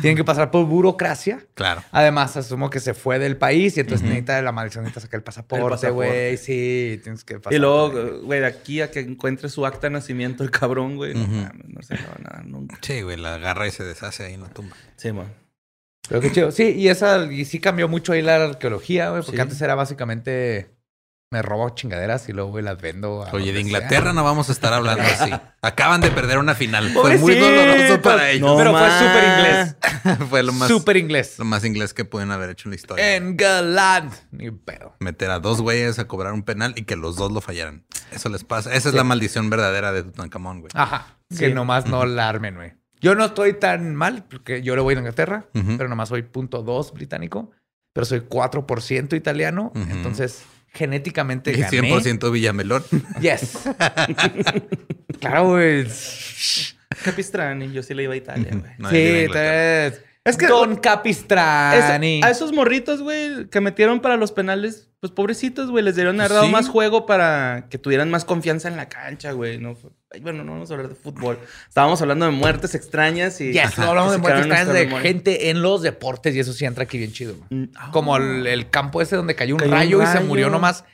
Speaker 2: tienen que pasar por burocracia.
Speaker 4: Claro.
Speaker 2: Además, asumo que se fue del país y entonces
Speaker 4: Ujú.
Speaker 2: necesita la maldición, necesita sacar el
Speaker 3: El
Speaker 2: pasaporte,
Speaker 3: pasaporte.
Speaker 2: güey. Sí, tienes que pasar.
Speaker 3: y
Speaker 2: por ahí.
Speaker 3: luego, güey, de aquí a que encuentre su acta de nacimiento el cabrón, güey. No
Speaker 4: Ujú.
Speaker 3: mames, No, se le va a dar nunca.
Speaker 4: Sí, güey, la agarra y se deshace ahí en la tumba.
Speaker 3: Sí, man.
Speaker 2: Pero qué chido. Sí, y esa y sí cambió mucho ahí la arqueología, güey, porque
Speaker 3: Sí.
Speaker 2: antes era básicamente me robo chingaderas y luego, güey, las vendo. a
Speaker 4: Oye,
Speaker 2: donde
Speaker 4: de
Speaker 2: sea.
Speaker 4: Inglaterra no vamos a estar hablando [LAUGHS] así. Acaban de perder una final. Fue
Speaker 2: Pobrecitos.
Speaker 4: muy doloroso para ellos.
Speaker 2: Pero
Speaker 3: No
Speaker 2: fue
Speaker 3: más.
Speaker 2: súper inglés.
Speaker 4: Fue lo más,
Speaker 2: Súper inglés.
Speaker 4: lo más inglés que pueden haber hecho en la historia.
Speaker 3: Eh,
Speaker 2: England. Ni pedo.
Speaker 4: Meter a dos güeyes a cobrar un penal y que los dos lo fallaran. Eso les pasa. Esa es la maldición verdadera de Tutankamón,
Speaker 3: Ah,
Speaker 4: güey.
Speaker 2: Ajá. Que
Speaker 3: Sí.
Speaker 2: nomás no la armen, güey. Yo no estoy tan mal, porque yo le voy a Inglaterra,
Speaker 4: Ujú.
Speaker 2: pero nomás soy punto dos británico, pero soy 4% italiano.
Speaker 4: Ujú.
Speaker 2: Entonces, genéticamente
Speaker 4: Y
Speaker 2: gané.
Speaker 4: 100% Villamelón. [LAUGHS]
Speaker 2: Yes. claro, güey.
Speaker 3: Capistrani, yo sí le iba a Italia, güey.
Speaker 4: No, yo iba a
Speaker 2: sí,
Speaker 4: Inglaterra.
Speaker 2: tres.
Speaker 3: Es que-
Speaker 2: Don
Speaker 3: Es-
Speaker 2: Capistrani.
Speaker 3: a esos morritos, güey, que metieron para los penales, pues pobrecitos, güey, les dieron haber dado
Speaker 4: Sí.
Speaker 3: más juego para que tuvieran más confianza en la cancha, güey. No, fue- Ay, bueno, no vamos a hablar de fútbol. Estábamos hablando de muertes extrañas y.
Speaker 2: Yes, no hablamos de
Speaker 3: que se
Speaker 2: muertes
Speaker 3: quedaron en
Speaker 2: extrañas, de
Speaker 3: nuestra memoria.
Speaker 2: gente en los deportes y eso sí entra aquí bien chido. güey.
Speaker 3: Mm, ah,
Speaker 2: Como el, el campo ese donde cayó un,
Speaker 3: Cayó un
Speaker 2: rayo, y se
Speaker 3: rayo.
Speaker 2: murió nomás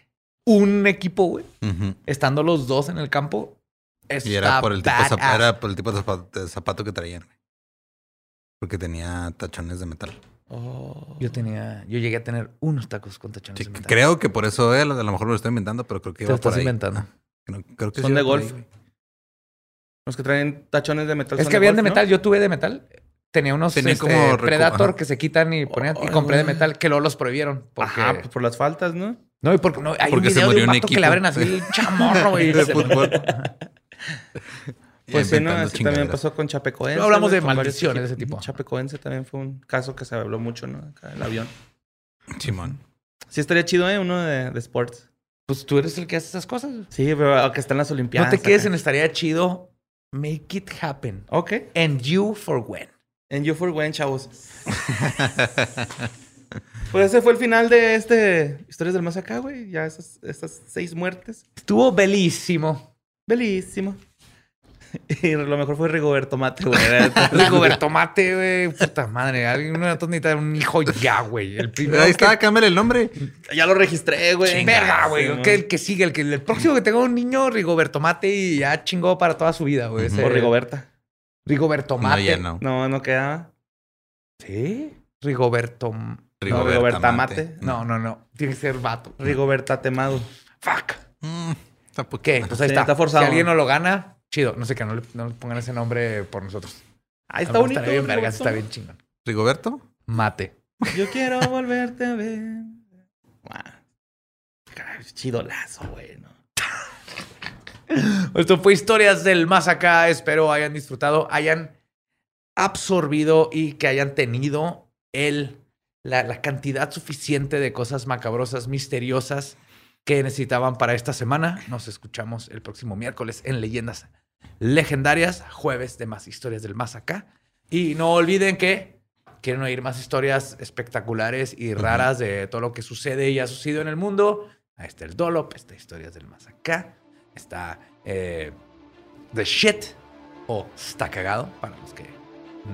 Speaker 2: un equipo, güey.
Speaker 4: Ujú.
Speaker 2: Estando los dos en el campo.
Speaker 4: Y era
Speaker 2: está
Speaker 4: por, el tipo de zap-
Speaker 2: badass.
Speaker 4: era por el tipo de zapato, de zapato que traían. güey. Porque tenía tachones de metal.
Speaker 3: Oh.
Speaker 2: Yo tenía, yo llegué a tener unos tacos con tachones.
Speaker 4: Sí,
Speaker 2: de metal.
Speaker 4: creo que por eso él, a lo mejor me lo estoy inventando, pero creo que
Speaker 2: Te
Speaker 4: iba
Speaker 2: lo
Speaker 4: por
Speaker 2: estás
Speaker 4: ahí.
Speaker 2: inventando.
Speaker 4: Ah, creo- creo que
Speaker 3: Son
Speaker 4: sí
Speaker 3: de
Speaker 4: iba por ahí,
Speaker 3: golf. [LAUGHS]
Speaker 4: güey.
Speaker 3: Los que traen tachones de metal.
Speaker 2: Es
Speaker 3: son
Speaker 2: que habían de
Speaker 3: golf, ¿no?
Speaker 2: metal, yo tuve de metal. Tenía unos
Speaker 4: Tenía
Speaker 2: este,
Speaker 4: como recu-
Speaker 2: Predator
Speaker 4: ajá.
Speaker 2: que se quitan y ponían y compré de metal que luego los prohibieron. Porque,
Speaker 3: Ajá, pues por las faltas, ¿no?
Speaker 2: No, y porque no, hay
Speaker 4: Porque
Speaker 2: un
Speaker 4: se
Speaker 2: video de
Speaker 4: murió
Speaker 2: un
Speaker 4: un
Speaker 2: vato que le
Speaker 4: equipo.
Speaker 2: abren así el
Speaker 4: [LAUGHS]
Speaker 2: chamorro, güey. [LAUGHS]
Speaker 4: de fútbol.
Speaker 3: Pues sí, no,
Speaker 4: Inventando
Speaker 3: así también
Speaker 4: chingaderas.
Speaker 3: pasó con Chapecoense.
Speaker 2: Pero hablamos
Speaker 3: güey,
Speaker 2: de
Speaker 3: con varios
Speaker 2: maldiciones de ese
Speaker 3: equipos.
Speaker 2: tipo.
Speaker 3: Chapecoense también fue un caso que se habló mucho, ¿no? Acá el avión.
Speaker 4: Simón.
Speaker 3: Sí, estaría chido, ¿eh? Uno de, de sports.
Speaker 2: Pues tú eres el que hace esas cosas.
Speaker 3: Sí, pero que están las Olimpiadas.
Speaker 2: no te quedes
Speaker 3: acá.
Speaker 2: en estaría chido. Make it happen.
Speaker 3: Ok.
Speaker 2: And you for when.
Speaker 3: En You for When, chavos. pues ese fue el final de este Historias del Más Acá, güey. Ya esas, esas seis muertes.
Speaker 2: Estuvo belísimo.
Speaker 3: Belísimo. Y lo mejor fue Rigoberto Mate,
Speaker 2: [LAUGHS]
Speaker 3: güey.
Speaker 2: Rigoberto Mate, güey. Puta madre. Alguien una tonita, un hijo ya, güey. El primero.
Speaker 4: Ahí
Speaker 2: que-
Speaker 4: está, cámbiale el nombre.
Speaker 3: ya lo registré, güey.
Speaker 2: Verga, güey.
Speaker 3: Sí,
Speaker 2: que el que sigue, el que el próximo que tenga un niño, Rigoberto Mate, y ya chingó para toda su vida, güey.
Speaker 4: Ujú.
Speaker 3: O
Speaker 2: Ese-
Speaker 3: Rigoberta.
Speaker 2: Rigoberto Mate.
Speaker 4: No, ya no.
Speaker 3: No, no quedaba.
Speaker 2: Sí. Rigoberto. M-
Speaker 3: Rigoberta Mate.
Speaker 2: No, no, no. Tiene que ser vato. Rigo.
Speaker 3: Rigoberta Temado.
Speaker 2: Fuck.
Speaker 4: Mm, está poquito.
Speaker 2: ¿Qué? Pues ahí
Speaker 3: Sí,
Speaker 2: está.
Speaker 3: está forzado.
Speaker 2: Si alguien no lo gana, chido. No sé qué, no le, no le pongan ese nombre por nosotros. A
Speaker 3: Ahí
Speaker 2: lo mejor
Speaker 3: está bonito.
Speaker 2: Ah, estaría bien vergas,
Speaker 3: Rigoberto.
Speaker 2: está bien chingón.
Speaker 4: ¿Rigoberto?
Speaker 2: Mate.
Speaker 3: Yo quiero volverte a ver. Guau. Caray, Chidolazo, güey. ¿no?
Speaker 2: Esto fue Historias del Más Acá. Espero hayan disfrutado, hayan absorbido y que hayan tenido el, la, la cantidad suficiente de cosas macabrosas, misteriosas que necesitaban para esta semana. Nos escuchamos el próximo miércoles en Leyendas Legendarias, jueves de más Historias del Más Acá. Y no olviden que quieren oír más historias espectaculares y raras de todo lo que sucede y ha sucedido en el mundo. Ahí está el Dolop, está Historias del Más Acá está eh, The Shit o Está Cagado, para los que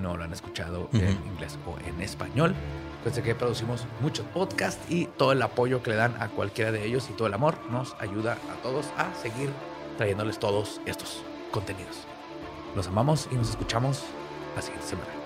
Speaker 2: no lo han escuchado en
Speaker 4: Ujú.
Speaker 2: inglés o en español. Pensé que producimos muchos podcasts y todo el apoyo que le dan a cualquiera de ellos y todo el amor nos ayuda a todos a seguir trayéndoles todos estos contenidos. Los amamos y nos escuchamos la siguiente semana.